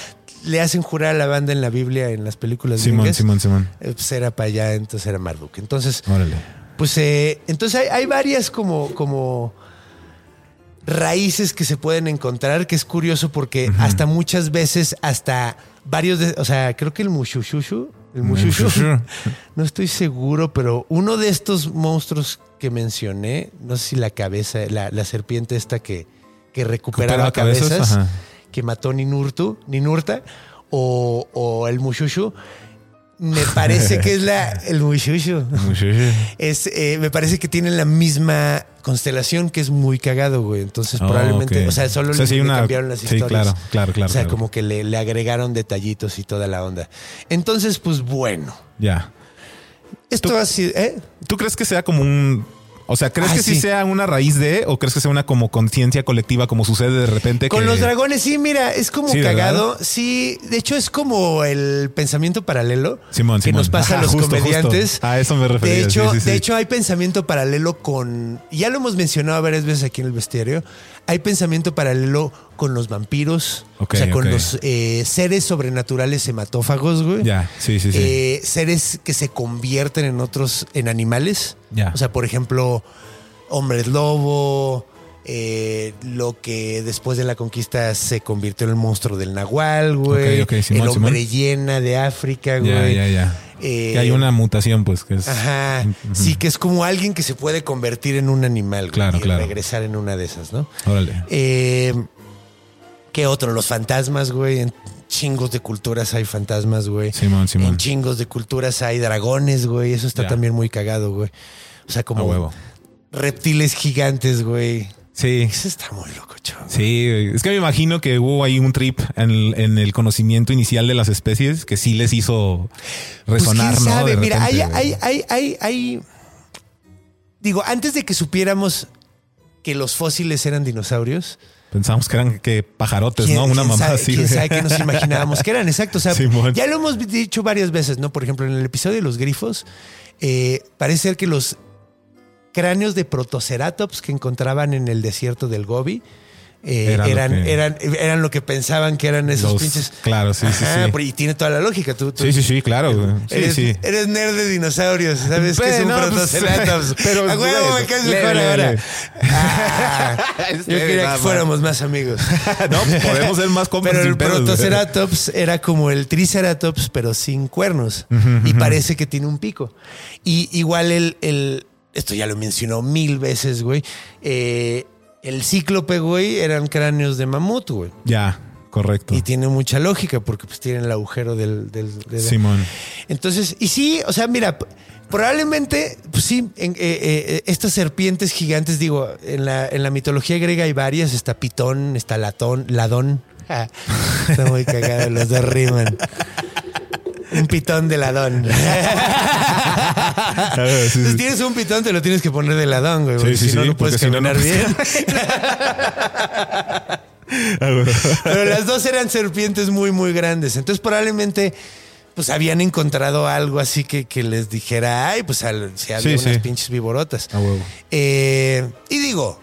S1: le hacen jurar a la banda en la Biblia, en las películas
S3: Simón,
S1: gringas,
S3: Simón, Simón.
S1: eh, Pues era para allá, entonces era Marduk. Entonces,
S3: Órale.
S1: pues eh, entonces hay, hay varias como, como raíces que se pueden encontrar, que es curioso porque hasta muchas veces, hasta varios de, o sea, creo que el Mushushushu, el Mushushu,
S3: Mushushu.
S1: no estoy seguro, pero uno de estos monstruos que mencioné, no sé si la cabeza, la, la serpiente esta que, que recuperaba
S3: Recuperaba cabezas,
S1: cabezas,
S3: ajá.
S1: que mató Ninurtu, Ninurta, o, o el Mushushu, me parece que es la, el Mushushu.
S3: Mushushu.
S1: Es, eh, me parece que tienen la misma constelación que es muy cagado, güey. Entonces,
S3: Oh,
S1: probablemente,
S3: ok.
S1: o sea, solo
S3: O sea,
S1: le,
S3: sí hay
S1: le
S3: una-
S1: cambiaron las
S3: sí,
S1: historias.
S3: claro, claro, claro,
S1: O sea,
S3: claro.
S1: como que le, le agregaron detallitos y toda la onda. Entonces, pues bueno.
S3: Ya.
S1: Esto así, ¿eh?
S3: ¿Tú crees que sea como un... O sea, ¿crees
S1: Ah,
S3: que sí.
S1: sí.
S3: sea una raíz de o crees que sea una como conciencia colectiva como sucede de repente?
S1: Con
S3: que-
S1: los dragones, sí, mira, es como
S3: Sí, ¿verdad?
S1: cagado. Sí, de hecho, es como el pensamiento paralelo
S3: Simón,
S1: que
S3: Simón.
S1: nos pasa a
S3: Ajá,
S1: los
S3: justo,
S1: comediantes.
S3: justo. A eso me refería,
S1: De
S3: sí,
S1: hecho,
S3: sí, sí.
S1: de hecho, hay pensamiento paralelo con. Ya lo hemos mencionado varias veces aquí en el bestiario. Hay pensamiento paralelo con los vampiros.
S3: Ok,
S1: o sea, con
S3: ok.
S1: los eh, seres sobrenaturales hematófagos, güey.
S3: Ya, sí, sí, sí.
S1: Eh, seres que se convierten en otros, en animales.
S3: Ya.
S1: O sea, por ejemplo, hombres lobo, eh, lo que después de la conquista se convirtió en el monstruo del nahual, güey.
S3: Ok, ok, Simón,
S1: el hombre
S3: Simón.
S1: llena de África, güey.
S3: ya, ya, ya.
S1: Eh,
S3: que hay una mutación, pues, que es...
S1: Ajá. Sí, que es como alguien que se puede convertir en un animal, güey,
S3: Claro,
S1: y
S3: claro.
S1: regresar en una de esas, ¿no?
S3: Órale.
S1: Eh, Em, ¿Qué otro? Los fantasmas, güey. En chingos de culturas hay fantasmas, güey.
S3: Simón, Simón.
S1: En chingos de culturas hay dragones, güey. Eso está
S3: Ya.
S1: también muy cagado, güey. O sea, como
S3: A huevo.
S1: reptiles gigantes, güey.
S3: Sí.
S1: Eso está muy loco, chavo.
S3: Sí, güey. es que me imagino que hubo ahí un trip en el, en el conocimiento inicial de las especies que sí les hizo
S1: Pues, ¿quién
S3: resonar, ¿no?
S1: sabe?
S3: De
S1: Mira, hay,
S3: repente, güey.
S1: hay, hay, hay, hay- Digo, antes de que supiéramos que los fósiles eran dinosaurios,
S3: Pensamos que eran que pajarotes,
S1: ¿Quién-
S3: Pues, ¿no? Una
S1: quién
S3: mamá
S1: sabe-
S3: así.
S1: quién
S3: güey.
S1: sabe qué nos imaginábamos que eran, exacto. O sea,
S3: Simón.
S1: ya lo hemos dicho varias veces, ¿no? Por ejemplo, en el episodio de los grifos, eh, parece ser que los cráneos de protoceratops que encontraban en el desierto del Gobi eh,
S3: Era lo
S1: eran,
S3: que-
S1: eran, eran lo que pensaban que eran esos
S3: Los-
S1: pinches.
S3: claro, sí, sí,
S1: Ajá,
S3: sí.
S1: pero- Y tiene toda la lógica. Tú, tú-
S3: Sí, sí, sí, claro. güey. Sí,
S1: Eres,
S3: sí.
S1: eres nerd de dinosaurios, ¿sabes?
S3: Pero
S1: que es un
S3: no, pues,
S1: protoceratops.
S3: pero,
S1: A huevo,
S3: güey,
S1: me caes
S3: lee,
S1: mejor
S3: lee,
S1: ahora.
S3: lee.
S1: Ah, yo quería que fuéramos más amigos.
S3: No, podemos ser más compas
S1: Pero
S3: sin
S1: el
S3: pedos, güey.
S1: protoceratops era como el triceratops, pero sin cuernos. Y parece que tiene un pico. Y igual el, el- esto ya lo mencionó mil veces, güey. Eh, el cíclope, güey, eran cráneos de mamut, güey.
S3: Ya, correcto.
S1: Y tiene mucha lógica porque pues tienen el agujero del... del- del-
S3: Simón.
S1: Entonces, y sí, o sea, mira, p- probablemente, pues sí, en- eh, eh, eh, estas serpientes gigantes, digo, en la, en la mitología griega hay varias, está Pitón, está Latón, Ladón. Ja, Está muy cagado, los dos riman. Un pitón de ladón.
S3: ver, Ah, sí,
S1: si
S3: sí.
S1: tienes un pitón, te lo tienes que poner de ladón, güey. porque
S3: sí,
S1: si no,
S3: sí,
S1: no puedes
S3: porque si no, no
S1: caminar
S3: puedes-
S1: bien. Pero las dos eran serpientes muy, muy grandes. Entonces probablemente pues habían encontrado algo así que, que les dijera, ay, pues al- si había
S3: Sí,
S1: unas
S3: sí.
S1: pinches viborotas.
S3: A huevo.
S1: Eh, y digo,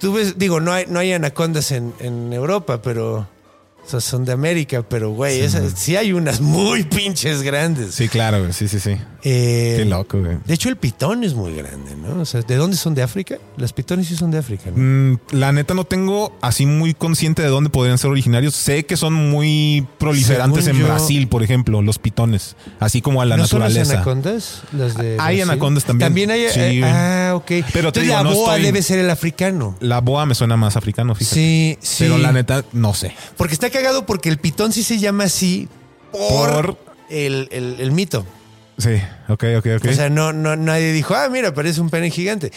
S1: tú ves, digo, no hay, no hay anacondas en, en Europa, pero... o sea, son de América, pero güey, esas- sí hay unas muy pinches grandes.
S3: Sí, claro, güey. Sí, sí, sí.
S1: Eh,
S3: Qué loco, güey.
S1: De hecho, el pitón es muy grande, ¿no? O sea, ¿de dónde son? ¿De África? Las pitones sí son de África, ¿no?
S3: Mm, La neta no tengo así muy consciente de dónde podrían ser originarios. Sé que son muy proliferantes
S1: Según
S3: en
S1: yo-
S3: Brasil, por ejemplo, los pitones, así como a la
S1: ¿No son las
S3: naturaleza.
S1: anacondas? Las de
S3: Hay
S1: Brasil?
S3: anacondas también.
S1: También hay.
S3: Sí.
S1: eh, ah, ok. Pero
S3: Pero te
S1: Entonces
S3: digo,
S1: la
S3: no
S1: boa
S3: estoy-
S1: debe ser el africano.
S3: La boa me suena más africano, fíjate.
S1: Sí, sí.
S3: Pero la neta no sé.
S1: Porque está cagado porque el pitón sí se llama así por,
S3: Por-
S1: El, el- el mito.
S3: Sí, ok, ok, ok.
S1: O sea, no, no, nadie dijo, ah, mira, parece un pene gigante.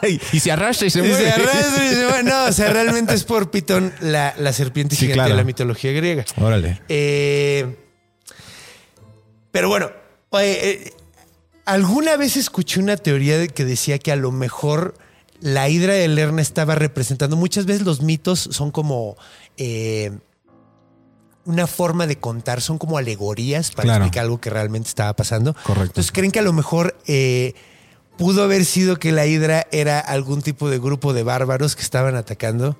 S3: y se arrastra y se
S1: Y
S3: mueve.
S1: se arrastra y se va. No, o sea, realmente es por pitón la, la serpiente
S3: Sí,
S1: gigante
S3: claro.
S1: de la mitología griega.
S3: Órale.
S1: Eh, pero bueno, oye, eh, alguna vez escuché una teoría de que decía que a lo mejor la hidra de Lerna estaba representando. Muchas veces los mitos son como eh, una forma de contar, son como alegorías para
S3: Claro.
S1: explicar algo que realmente estaba pasando.
S3: Correcto.
S1: Entonces creen que a lo mejor eh, pudo haber sido que la hidra era algún tipo de grupo de bárbaros que estaban atacando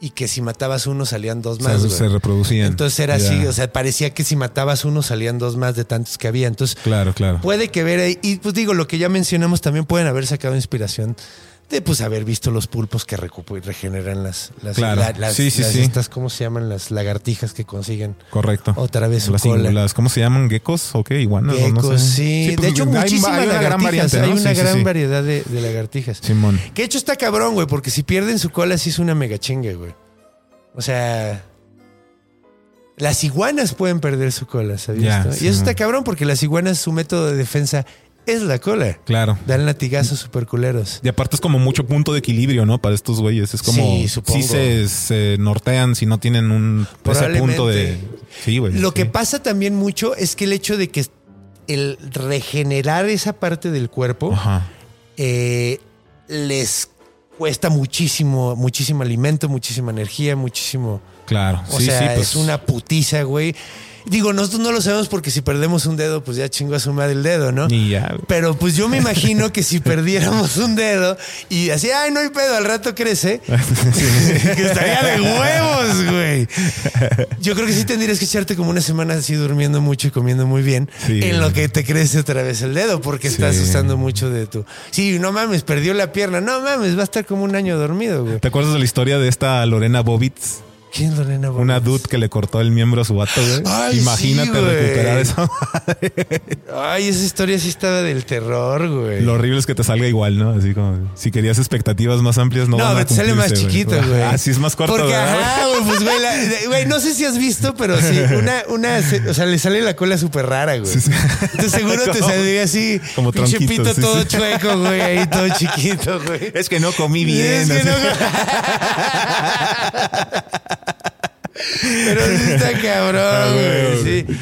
S1: y que si matabas uno salían dos
S3: O sea,
S1: más.
S3: se,
S1: güey.
S3: reproducían.
S1: Entonces era
S3: Ya.
S1: así, o sea, parecía que si matabas uno salían dos más de tantos que había. Entonces,
S3: Claro, claro.
S1: puede que ver ahí, y pues digo, lo que ya mencionamos también pueden haber sacado inspiración de pues haber visto los pulpos que recupo y regeneran las, las,
S3: Claro.
S1: la- las-
S3: Sí, sí,
S1: las
S3: sí.
S1: estas, ¿cómo se llaman? Las lagartijas que consiguen.
S3: Correcto.
S1: Otra vez su
S3: las,
S1: cola.
S3: las- ¿Cómo se llaman? ¿Geckos? ¿O qué? Iguanas. o
S1: Geckos,
S3: no sé.
S1: sí.
S3: pues,
S1: de hecho,
S3: hay- hay
S1: muchísimas
S3: una
S1: lagartijas.
S3: gran variante.
S1: hay
S3: ¿no?
S1: una
S3: Sí, sí,
S1: gran
S3: sí.
S1: variedad de, de lagartijas.
S3: Simón.
S1: Que de hecho está cabrón, güey, porque si pierden su cola sí es una mega chinga, güey. O sea, las iguanas pueden perder su cola, ¿sabías?
S3: Ya,
S1: no?
S3: sí,
S1: y eso
S3: no.
S1: está cabrón porque las iguanas su método de defensa es la cola.
S3: Claro.
S1: Dan latigazos superculeros.
S3: Y aparte es como mucho punto de equilibrio, ¿no? Para estos güeyes. Es como
S1: Sí, supongo.
S3: si se, se nortean, si no tienen un ese
S1: Probablemente.
S3: punto de. Sí, güey.
S1: Lo
S3: Pues sí.
S1: que pasa también mucho es que el hecho de que el regenerar esa parte del cuerpo
S3: Ajá.
S1: eh, les cuesta muchísimo, muchísimo alimento, muchísima energía, muchísimo...
S3: Claro.
S1: O
S3: sí,
S1: sea,
S3: sí, pues.
S1: es una putiza, güey. Digo, nosotros no lo sabemos porque si perdemos un dedo, pues ya chingo a su madre el dedo, ¿no?
S3: Y ya. güey.
S1: Pero pues yo me imagino que si perdiéramos un dedo y así, ay, no hay pedo, al rato crece, que estaría de huevos, güey. Yo creo que sí tendrías que echarte como una semana así durmiendo mucho y comiendo muy bien
S3: Sí.
S1: en lo que te crece otra vez el dedo porque estás
S3: Sí.
S1: usando mucho de tu... Sí, no mames, perdió la pierna. No mames, va a estar como un año dormido, güey.
S3: ¿Te acuerdas de la historia de esta Lorena Bobitz?
S1: ¿Quién es Lorena Bobes?
S3: Una dude que le cortó el miembro a su vato, güey.
S1: Ay,
S3: Imagínate
S1: sí, güey.
S3: recuperar eso.
S1: Ay, esa historia sí estaba del terror, güey.
S3: Lo horrible es que te salga igual, ¿no? Así como si querías expectativas más amplias, no.
S1: No,
S3: van a
S1: pero te sale más
S3: cumplirse,
S1: chiquito, güey.
S3: Así es más corto,
S1: Porque,
S3: ¿verdad, güey?
S1: ajá, güey, pues, güey, la- güey, no sé si has visto, pero sí, una, una, se- o sea, le sale la cola súper rara, güey.
S3: Sí, sí.
S1: Entonces, seguro te
S3: Como-
S1: saldría así,
S3: como
S1: pinche
S3: tronquito,
S1: pito
S3: sí,
S1: todo
S3: sí.
S1: chueco, güey, ahí todo chiquito, güey.
S3: Es que no comí
S1: Es
S3: bien.
S1: que
S3: así.
S1: no- Pero sí está cabrón,
S3: Ah,
S1: güey.
S3: güey.
S1: Sí.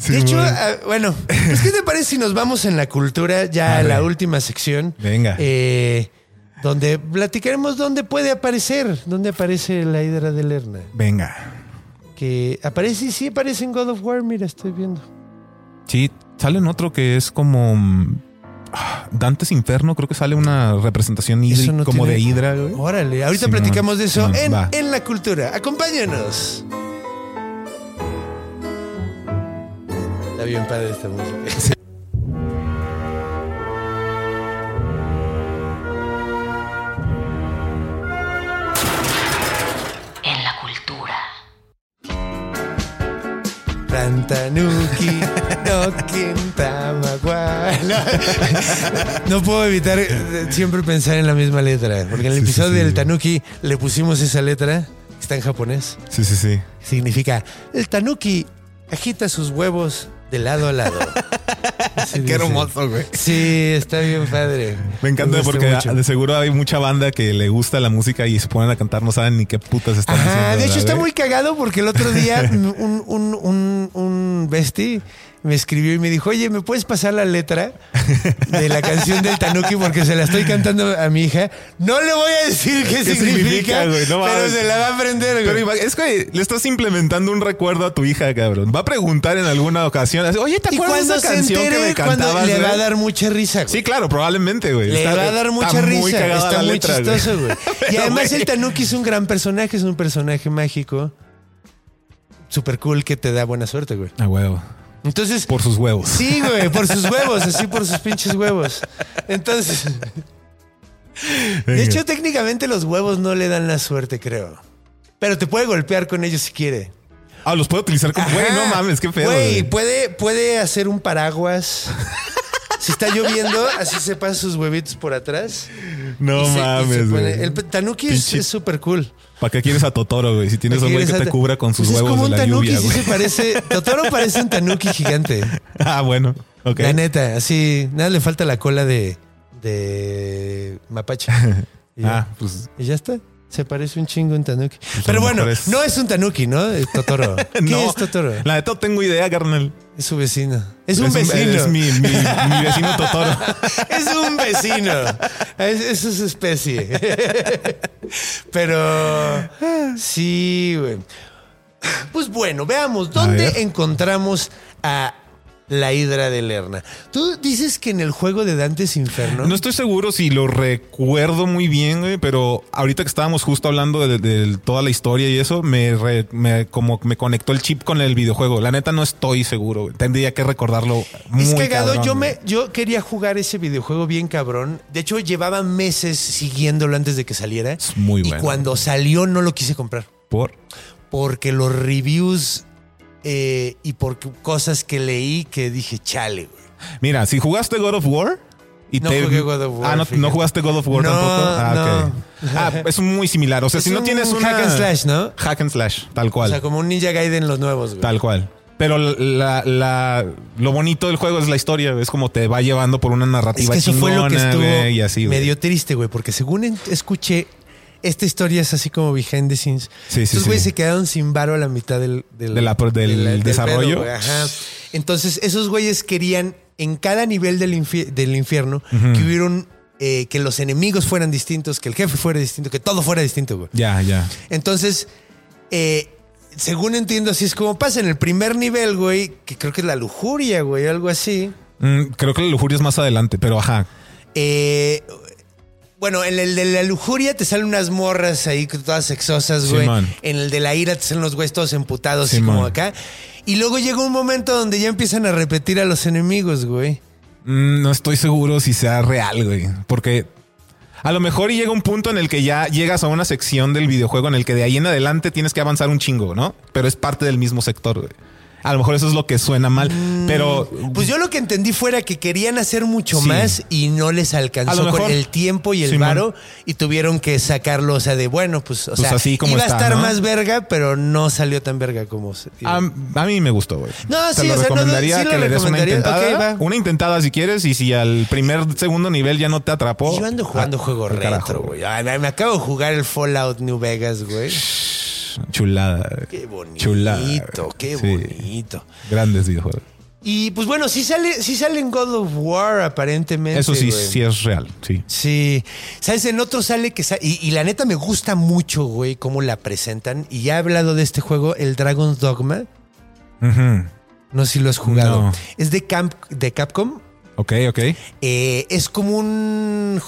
S3: Sí,
S1: de hecho,
S3: güey.
S1: ah, bueno, pues, ¿qué te parece si nos vamos en la cultura ya a
S3: Arre.
S1: la última sección?
S3: Venga.
S1: Eh, donde platicaremos dónde puede aparecer, dónde aparece la hidra de Lerna.
S3: Venga.
S1: Que aparece, sí aparece en God of War, mira, estoy viendo.
S3: Sí, sale en otro que es como mm, ah, Dantes Inferno, creo que sale una representación hidri-
S1: Eso no
S3: como
S1: tiene-
S3: de hidra, güey.
S1: Órale, ahorita
S3: Simón,
S1: platicamos de eso
S3: Simón,
S1: en,
S3: va.
S1: en la cultura. Acompáñanos. Está bien padre esta música.
S2: En la cultura.
S1: Tantanuki, no Tamaguá. No, no puedo evitar eh, siempre pensar en la misma letra, porque en el
S3: Sí, sí,
S1: episodio
S3: sí.
S1: del Tanuki le pusimos esa letra, que está en japonés,
S3: Sí, sí, sí.
S1: que significa el Tanuki agita sus huevos de lado a lado. Así dice.
S3: güey.
S1: Sí, está bien padre.
S3: Me encanta
S1: gusta
S3: porque
S1: mucho.
S3: de seguro hay mucha banda que le gusta la música y se ponen a cantar, no saben ni qué putas están
S1: Ajá,
S3: haciendo.
S1: de hecho
S3: ¿verdad,
S1: está
S3: güey?
S1: muy cagado porque el otro día un, un, un, un bestie me escribió y me dijo, oye, ¿me puedes pasar la letra de la canción del Tanuki? Porque se la estoy cantando a mi hija. No le voy a decir qué, significa,
S3: significa, güey? No
S1: pero
S3: mames.
S1: se la va a aprender,
S3: Pero
S1: güey.
S3: ima- es que le estás implementando un recuerdo a tu hija, cabrón. Va a preguntar en alguna ocasión. así, Oye, ¿te
S1: Y
S3: acuerdas de
S1: cuando
S3: esa
S1: se
S3: canción que me
S1: entere, cuando
S3: cantabas?
S1: le va a
S3: güey?"
S1: dar mucha risa, güey.
S3: Sí, claro, probablemente, güey.
S1: Le
S3: Está-
S1: va a dar mucha
S3: está
S1: risa.
S3: Muy cagada
S1: está
S3: la
S1: muy
S3: letra, güey.
S1: chistoso, güey. Y
S3: Pero,
S1: además
S3: güey.
S1: el Tanuki es un gran personaje, es un personaje mágico. Super cool que te da buena suerte, güey.
S3: A huevo.
S1: Entonces,
S3: Por sus huevos.
S1: Sí, güey, por sus huevos, así por sus pinches huevos. Entonces, de hecho, técnicamente los huevos no le dan la suerte, creo. Pero te puede golpear con ellos si quiere.
S3: Ah, los puedo utilizar como. Güey,
S1: Ajá.
S3: no mames, qué pedo.
S1: Güey,
S3: Güey,
S1: puede, puede hacer un paraguas. Si está lloviendo, así se pasan sus huevitos por atrás.
S3: no
S1: y se- y se
S3: mames,
S1: pone-
S3: güey.
S1: El tanuki es
S3: Pinche-
S1: es súper cool.
S3: ¿Para qué quieres a Totoro, güey? Si tienes un güey que te cubra con sus
S1: Pues Es
S3: huevos
S1: como
S3: de
S1: un
S3: la
S1: tanuki,
S3: lluvia,
S1: sí
S3: güey.
S1: se parece. Totoro parece un tanuki gigante.
S3: Ah, bueno. Ok.
S1: La neta, así, nada le falta la cola de, de mapache. Y ya,
S3: Ah, pues
S1: y ya está. Se parece un chingo a un tanuki.
S3: lo
S1: Pero bueno,
S3: mejor es-
S1: no es un tanuki, ¿no? Es Totoro. ¿Qué
S3: no.
S1: es Totoro?
S3: La neta no tengo idea, carnal.
S1: Es su vecino. Es un vecino.
S3: Es mi, mi- mi vecino Totoro.
S1: Es un vecino. Es, es su especie. Pero sí, güey. Pues bueno, veamos dónde
S3: ver.
S1: encontramos a la hidra de Lerna. Tú dices que en el juego de Dantes Inferno.
S3: No estoy seguro si lo recuerdo muy bien, güey, pero ahorita que estábamos justo hablando de, de toda la historia y eso, me, re- me- como me conectó el chip con el videojuego. La neta no estoy seguro. güey. Tendría que recordarlo muy
S1: es cagado,
S3: cabrón,
S1: yo me
S3: güey.
S1: yo quería jugar ese videojuego bien cabrón. De hecho, llevaba meses siguiéndolo antes de que saliera.
S3: Es muy
S1: Y
S3: bueno.
S1: cuando salió no lo quise comprar.
S3: Por.
S1: porque los reviews eh, y por cosas que leí que dije, chale, güey.
S3: Mira, si jugaste God of War y
S1: No jugué God of War,
S3: Ah, no,
S1: fíjate.
S3: ¿no jugaste God of War
S1: No,
S3: tampoco. Ah,
S1: no.
S3: ok. Ah, es muy similar. O sea,
S1: Es
S3: si no
S1: un
S3: tienes un
S1: hack and slash, ¿no?
S3: Hack and slash, tal cual.
S1: O sea, como un Ninja Gaiden los nuevos, güey.
S3: Tal cual. Pero la, la- lo bonito del juego es la historia. Es como te va llevando por una
S1: es
S3: narrativa
S1: que eso fue lo que
S3: chingona,
S1: estuvo
S3: güey, y así, güey.
S1: medio triste, güey, porque según en- escuché, esta historia es así como behind the scenes.
S3: Sí, sí,
S1: Estos güeyes
S3: sí.
S1: se quedaron sin varo a la mitad del, del,
S3: De la- del desarrollo.
S1: pedo, güey, ajá. Entonces, esos güeyes querían en cada nivel del, infi- del infierno que hubieron. eh, que los enemigos fueran distintos, que el jefe fuera distinto, que todo fuera distinto, güey.
S3: Ya, ya.
S1: Entonces, eh, según entiendo, así es como pasa en el primer nivel, güey, que creo que es la lujuria, güey, o algo así.
S3: Mm, creo que la lujuria es más adelante, pero ajá.
S1: Eh, bueno, en el de la lujuria te salen unas morras ahí todas sexosas, güey.
S3: Simón.
S1: en el de la ira te salen los güeyes todos emputados, así
S3: Simón.
S1: como acá. Y luego llega un momento donde ya empiezan a repetir a los enemigos, güey.
S3: Mm, no estoy seguro si sea real, güey. Porque A lo mejor y llega un punto en el que ya llegas a una sección del videojuego en el que de ahí en adelante tienes que avanzar un chingo, ¿no? Pero es parte del mismo sector, güey. A lo mejor eso es lo que suena mal, pero
S1: Pues yo lo que entendí fuera que querían hacer mucho
S3: Sí.
S1: más y no les
S3: A
S1: alcanzó
S3: lo
S1: con
S3: mejor.
S1: el tiempo y el
S3: Simón.
S1: varo y tuvieron que sacarlo, o sea, de bueno, pues, o
S3: Pues
S1: sea,
S3: así como
S1: iba a
S3: está,
S1: estar
S3: ¿no?
S1: más verga, pero no salió tan verga como se.
S3: a, a mí me gustó, güey.
S1: No,
S3: Te
S1: sí,
S3: lo
S1: o sea, no, no,
S3: recomendaría
S1: sí lo
S3: que le des una
S1: recomendaría.
S3: intentada.
S1: Ok, va.
S3: Una intentada si quieres y si al primer, segundo nivel ya no te atrapó.
S1: yo ando jugando
S3: ah,
S1: juegos
S3: al carajo,
S1: retro, güey. Ay, Me acabo de jugar el Fallout New Vegas, güey.
S3: Chulada. güey.
S1: Qué bonito,
S3: Chulada.
S1: qué
S3: Sí.
S1: bonito.
S3: Grandes videojuegos.
S1: Y pues bueno, sí sale, sí sale en God of War, aparentemente.
S3: Eso sí,
S1: güey.
S3: sí es real, sí.
S1: Sí, sabes, en otro sale que sa- y, y la neta me gusta mucho, güey, cómo la presentan. Y ya he hablado de este juego, el Dragon's Dogma.
S3: Ujú.
S1: No sé si lo has jugado.
S3: No.
S1: Es de, Camp, de Capcom.
S3: Ok, ok.
S1: Eh, es como un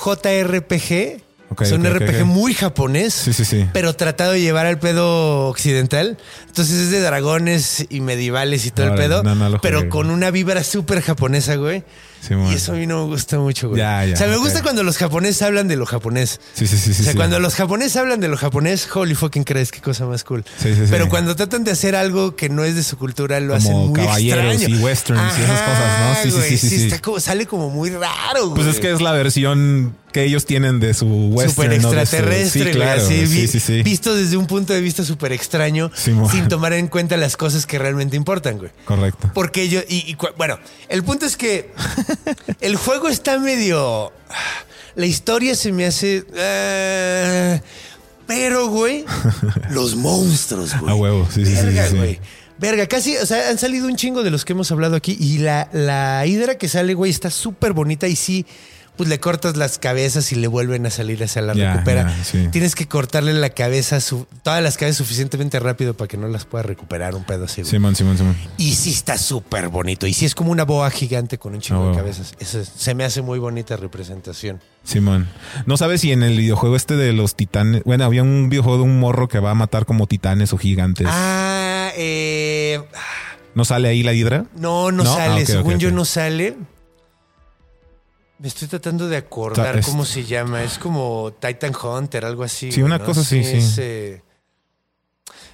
S1: JRPG.
S3: Ok,
S1: es un
S3: ok, ok,
S1: RPG
S3: ok.
S1: muy japonés.
S3: Sí, sí, sí.
S1: Pero tratado de llevar al pedo occidental. Entonces es de dragones y medievales y todo el
S3: Órale,
S1: pedo.
S3: no, no lo
S1: pero
S3: jugué.
S1: con una vibra súper japonesa, güey.
S3: Sí, bueno.
S1: Y eso a mí no me gusta mucho, güey.
S3: Ya, ya,
S1: o sea, me
S3: ok.
S1: gusta cuando los japoneses hablan de lo japonés.
S3: Sí, sí, sí, sí,
S1: O sea,
S3: sí.
S1: cuando los japoneses hablan de lo japonés, holy fucking crees, qué cosa más cool.
S3: Sí, sí, sí.
S1: Pero cuando tratan de hacer algo que no es de su cultura, lo
S3: Como
S1: hacen muy
S3: caballeros
S1: extraño.
S3: y westerns y esas cosas, ¿no? Sí, sí,
S1: güey,
S3: sí, sí, sí.
S1: está como- sale como muy raro, güey.
S3: Pues es que es la versión que ellos tienen de su
S1: Super
S3: western. ¿no? De su-
S1: extraterrestre,
S3: sí,
S1: güey,
S3: claro.
S1: así, vi-
S3: sí, sí, sí.
S1: visto desde un punto de vista súper extraño,
S3: Simón.
S1: sin tomar en cuenta las cosas que realmente importan, güey.
S3: Correcto.
S1: Porque yo, y, y cu- bueno, el punto es que el juego está medio. La historia se me hace. eh, pero, güey, los monstruos, güey.
S3: A huevo, sí, sí, sí,
S1: Verga,
S3: sí, sí.
S1: güey. Verga, casi, o sea, han salido un chingo de los que hemos hablado aquí y la, la hidra que sale, güey, está súper bonita y sí, pues le cortas las cabezas y le vuelven a salir hacia la
S3: Ya,
S1: recupera.
S3: ya, sí.
S1: Tienes que cortarle la cabeza, su- todas las cabezas suficientemente rápido para que no las pueda recuperar un pedo así, güey.
S3: Simón, Simón, Simón.
S1: Y sí está súper bonito. Y sí es como una boa gigante con un chingo
S3: Ah,
S1: de
S3: huevo.
S1: cabezas. Eso es- se me hace muy bonita representación.
S3: Simón. No sabes si en el videojuego este de los titanes. Bueno, había un videojuego de un morro que va a matar como titanes o gigantes.
S1: Ah, eh,
S3: ¿No sale ahí la hidra?
S1: no, no,
S3: ¿No? Ah,
S1: sale.
S3: ok, ok,
S1: Según yo
S3: ok.
S1: no sale. Me estoy tratando de acordar
S3: Ta- es-
S1: cómo se llama. Es como Titan Hunter, algo así.
S3: Sí,
S1: güey,
S3: una
S1: ¿no?
S3: cosa así, sí.
S1: es, eh,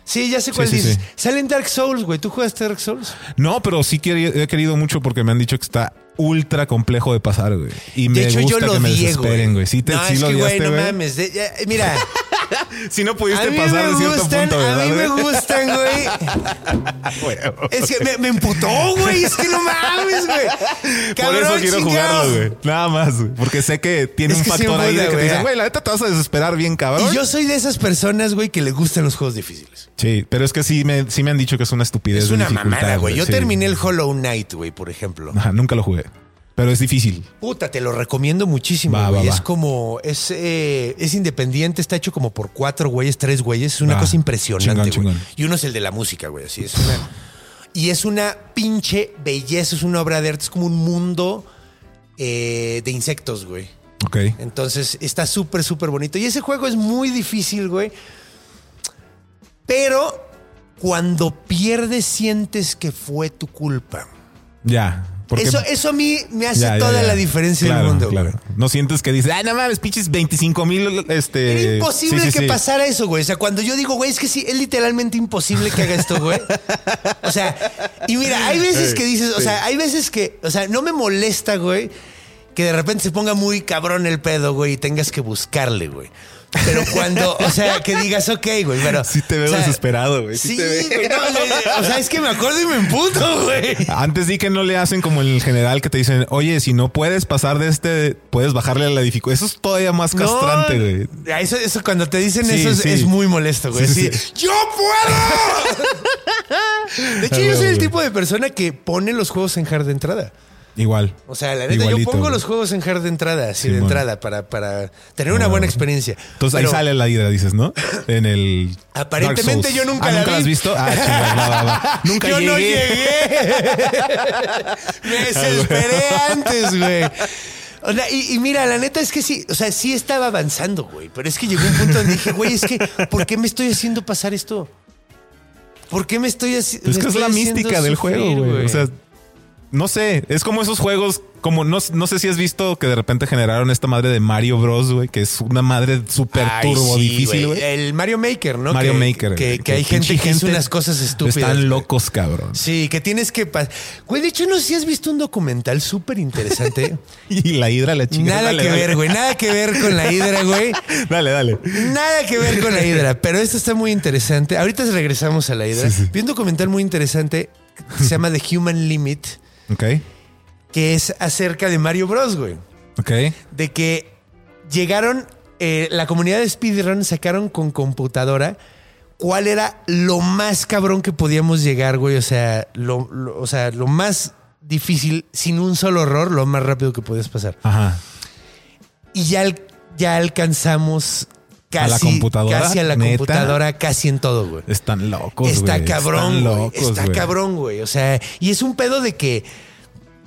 S1: Sí, ya sé cuál
S3: sí,
S1: dices.
S3: sí.
S1: Sale en Dark Souls, güey. ¿Tú jugaste Dark Souls?
S3: No, pero sí queri- he querido mucho porque me han dicho que está ultra complejo de pasar, güey. Y me
S1: de hecho,
S3: gusta
S1: yo lo
S3: que me
S1: odié,
S3: desesperen, güey. Sí, te,
S1: no,
S3: sí
S1: es
S3: lo
S1: que, güey,
S3: odiaste,
S1: no
S3: güey.
S1: mames. de- ya- mira.
S3: Si no pudiste
S1: A mí
S3: pasar
S1: me
S3: de cierto
S1: gustan,
S3: punto, ¿verdad?
S1: A mí me
S3: güey?
S1: gustan, güey. es que me, me emputó, güey. Es que no mames, güey.
S3: Por
S1: Cabrón,
S3: eso quiero
S1: chingado.
S3: jugarlo, güey. Nada más, güey. Porque sé que tiene
S1: Es
S3: un
S1: que sí
S3: factor
S1: me
S3: ahí de
S1: gusta,
S3: que te
S1: güey.
S3: dicen, güey, la neta te vas a desesperar bien, cabrón.
S1: Y yo soy de esas personas, güey, que le gustan los juegos difíciles.
S3: Sí, pero es que sí me, sí me han dicho que es una estupidez.
S1: Es,
S3: de
S1: una
S3: dificultad,
S1: mamada, güey. Yo
S3: sí.
S1: terminé el Hollow Knight, güey, por ejemplo.
S3: Ajá, nunca lo jugué. Pero es difícil.
S1: Puta, te lo recomiendo muchísimo,
S3: Va,
S1: güey.
S3: va,
S1: Es
S3: va.
S1: como, es, eh, es independiente, está hecho como por cuatro güeyes, tres güeyes. Es una
S3: Va.
S1: cosa impresionante,
S3: Chingón,
S1: güey.
S3: chingón.
S1: Y uno es el de la música, güey. Así es una- Y es una pinche belleza, es una obra de arte, es como un mundo eh, de insectos, güey.
S3: Ok.
S1: Entonces está súper, súper bonito. Y ese juego es muy difícil, güey. Pero cuando pierdes, sientes que fue tu culpa.
S3: Ya. Porque-
S1: Eso, eso a mí me hace
S3: Ya, ya,
S1: toda
S3: ya.
S1: la diferencia
S3: Claro,
S1: del mundo. güey.
S3: Claro. No sientes que dices, ah, no mames, pinches 25 mil. Este...
S1: Era imposible
S3: Sí, sí,
S1: que
S3: sí.
S1: pasara eso, güey. O sea, cuando yo digo, güey, es que sí, es literalmente imposible que haga esto, güey. O sea, y mira, hay veces que dices, o sea, hay veces que, o sea, no me molesta, güey, que de repente se ponga muy cabrón el pedo, güey, y tengas que buscarle, güey. Pero cuando, o sea, que digas, ok, güey, pero.
S3: Sí te veo
S1: o sea,
S3: desesperado, güey. Sí
S1: Sí,
S3: te veo.
S1: güey. no, o sea, es que me acuerdo y me emputo, güey.
S3: Antes di que no le hacen como el general que te dicen, oye, si no puedes pasar de este, puedes bajarle a la dificultad. Eso es todavía más castrante,
S1: No,
S3: güey.
S1: Eso, eso cuando te dicen
S3: Sí,
S1: eso es,
S3: sí.
S1: es muy molesto, güey.
S3: Sí, sí,
S1: Así, ¡Yo puedo! de hecho, yo soy el
S3: Ah, güey.
S1: tipo de persona que pone los juegos en hard de entrada.
S3: Igual.
S1: O sea, la neta, yo
S3: Igualito,
S1: pongo
S3: güey.
S1: los juegos en hard de entrada, así de
S3: Simón. Ah.
S1: entrada, para, para tener una buena experiencia.
S3: Entonces ahí
S1: Pero
S3: sale la hidra, dices, ¿no? En el.
S1: Aparentemente
S3: Dark Souls.
S1: yo nunca
S3: Ah,
S1: la
S3: ¿nunca
S1: vi.
S3: has visto? Ah, chingada, va, va, va. Nunca
S1: yo no
S3: llegué.
S1: llegué. Me desesperé antes, güey. O sea, y, y mira, la neta es que sí, o sea, sí estaba avanzando, güey. Pero es que llegó un punto donde dije, güey, es que, ¿por qué me estoy haciendo pasar esto? ¿Por qué me estoy haci- me
S3: Pues es que es
S1: estoy
S3: la
S1: haciendo
S3: mística del
S1: sufrir,
S3: juego, güey. O sea, No sé, es como esos juegos, como no, no sé si has visto que de repente generaron esta madre de Mario Bros, güey, que es una madre súper
S1: Ay,
S3: turbo
S1: sí,
S3: difícil, güey.
S1: El Mario Maker, ¿no?
S3: Mario
S1: Que-
S3: Maker.
S1: Que,
S3: güey,
S1: que hay gente
S3: pinche
S1: que hizo unas cosas estúpidas.
S3: Están
S1: güey.
S3: locos, cabrón.
S1: Sí, que tienes que... pas- Güey, de hecho, no sé si has visto un documental súper interesante.
S3: Y la hidra la chingada.
S1: nada
S3: Dale,
S1: que
S3: dale.
S1: ver, güey. Nada que ver con la hidra, güey.
S3: Dale, dale.
S1: Nada que ver con la hidra, pero esto está muy interesante. Ahorita regresamos a la hidra. Vi un documental muy interesante que se llama The Human Limit,
S3: Ok.
S1: que es acerca de Mario Bros, güey.
S3: Ok.
S1: de que llegaron, eh, la comunidad de Speedrun sacaron con computadora cuál era lo más cabrón que podíamos llegar, güey. O sea, lo, lo- o sea, lo más difícil, sin un solo error, lo más rápido que podías pasar.
S3: Ajá.
S1: Y ya, al- ya alcanzamos casi
S3: la computadora?
S1: Casi a la
S3: ¿Neta?
S1: computadora, casi en todo, güey.
S3: Están locos, güey.
S1: Está cabrón,
S3: Están
S1: güey.
S3: locos,
S1: Está
S3: güey.
S1: cabrón, güey. O sea, y es un pedo de que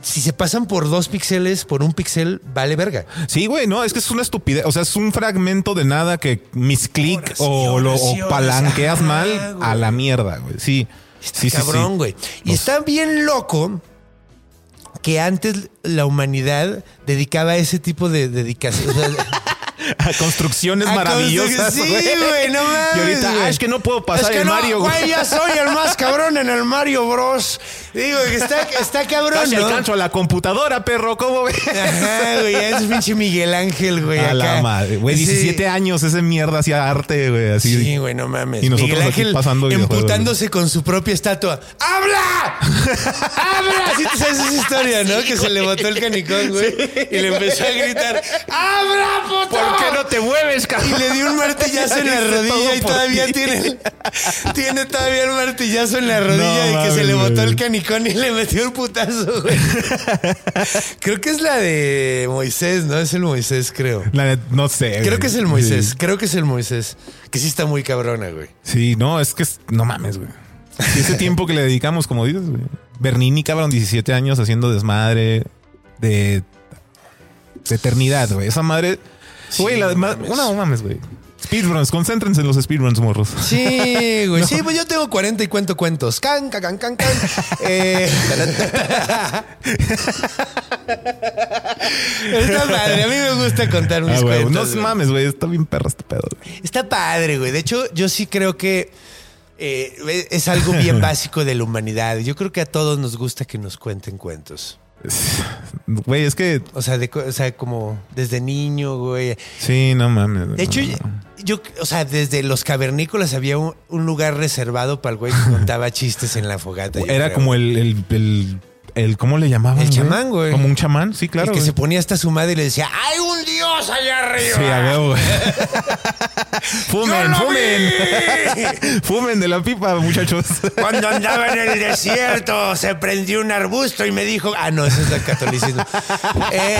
S1: si se pasan por dos píxeles, por un píxel, vale verga.
S3: Sí, güey, no, es que es una estupidez. O sea, es un fragmento de nada que misclick
S1: Horas y
S3: o
S1: horas
S3: lo
S1: y
S3: o
S1: horas.
S3: palanqueas
S1: Ajá,
S3: mal
S1: güey.
S3: a la mierda, güey. Sí.
S1: Está
S3: sí, sí,
S1: cabrón,
S3: sí.
S1: güey. Y está bien loco que antes la humanidad dedicaba ese tipo de dedicación. O sea,
S3: A construcciones
S1: a
S3: maravillosas.
S1: cosas que- Sí, güey, no mames.
S3: Y ahorita,
S1: güey.
S3: ah, es que no puedo pasar
S1: Es que
S3: el
S1: no,
S3: Mario, güey.
S1: güey. Ya soy el más cabrón en el Mario Bros. Digo que está, está cabrón.
S3: Casi
S1: ¿no?
S3: alcanzo a la computadora, perro. ¿Cómo ves?
S1: Ajá, güey. ya Es pinche Miguel Ángel, güey.
S3: A la
S1: acá.
S3: madre. Güey,
S1: Sí.
S3: 17 años ese mierda hacía arte, güey. Así.
S1: Sí, güey, no mames.
S3: Y nosotros
S1: Miguel
S3: aquí
S1: Ángel
S3: pasando videojuegos.
S1: emputándose con su propia estatua. ¡Habla! ¡Habla! Así te sabes esa historia, ¿no? que se le botó el canicón, güey. y le empezó a gritar: ¡Habla, puto!
S3: ¿Por qué no te mueves,
S1: Y
S3: cabrón?
S1: le dio un martillazo en la
S3: Hice todo
S1: rodilla y
S3: por
S1: todavía
S3: ti.
S1: tiene, el- tiene todavía el martillazo en la rodilla
S3: No
S1: y que se le
S3: mames,
S1: botó el
S3: güey.
S1: canicón y le metió el putazo, güey. creo que es la de Moisés, ¿no? Es el Moisés, creo.
S3: La net- no sé.
S1: Creo
S3: güey.
S1: que es el Moisés, creo que es el Moisés. Que sí está muy cabrona, güey.
S3: Sí, Sí, no, es que es- no mames, güey. Sí, ese tiempo que le dedicamos, como dices, güey. Bernini, cabrón, 17 años haciendo desmadre de, de eternidad, güey. Esa madre. Güey, la
S1: no
S3: ma-
S1: mames.
S3: no, no mames, güey. Speedruns, concéntrense en los speedruns, morros.
S1: Ah, Sí, güey. Sí, pues yo tengo 40 y cuento cuentos. Can, can, can, can, can. Eh, está padre. A mí me gusta contar mis
S3: Ah, güey,
S1: cuentos.
S3: no
S1: güey.
S3: mames, güey. Está bien perra este pedo, güey.
S1: Está padre, güey. De hecho, yo sí creo que eh, es algo bien básico de la humanidad. Yo creo que a todos nos gusta que nos cuenten cuentos.
S3: Güey, es que.
S1: O sea, de co- o sea como desde niño, güey.
S3: Sí, no mames. no,
S1: De hecho,
S3: no.
S1: yo, o sea, desde los cavernícolas había un, un lugar reservado para el güey que contaba chistes en la fogata. yo
S3: Era
S1: creo.
S3: como el, el, el, el- ¿cómo le llamaban?
S1: El chamán, güey.
S3: Como un chamán, sí, claro.
S1: El que
S3: güey.
S1: se ponía hasta su madre y le decía, ¡hay un dios allá arriba!
S3: Sí, a huevo, güey.
S1: ¡Yo
S3: fumen,
S1: lo
S3: fumen.
S1: vi!
S3: fumen de la pipa, muchachos.
S1: Cuando andaba en el desierto, se prendió un arbusto y me dijo, ah, no, eso es el catolicismo. Eh,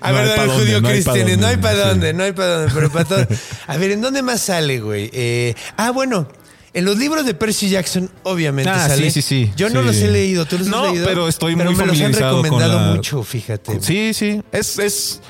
S1: a
S3: No
S1: ver,
S3: hay
S1: dale
S3: pa'
S1: el
S3: dónde,
S1: judío
S3: no hay pa'
S1: cristiano, no
S3: dónde,
S1: hay para
S3: sí.
S1: dónde, no hay para dónde, pero para todo. A ver, ¿en dónde más sale, güey? Eh, ah, bueno. En los libros de Percy Jackson, obviamente
S3: Ah,
S1: sale.
S3: sí, sí, sí,
S1: Yo no
S3: sí.
S1: los he leído, ¿tú los
S3: No,
S1: has leído?
S3: pero estoy muy
S1: me los han
S3: familiarizado con
S1: recomendado
S3: la-
S1: mucho, fíjate.
S3: sí, sí. Es, es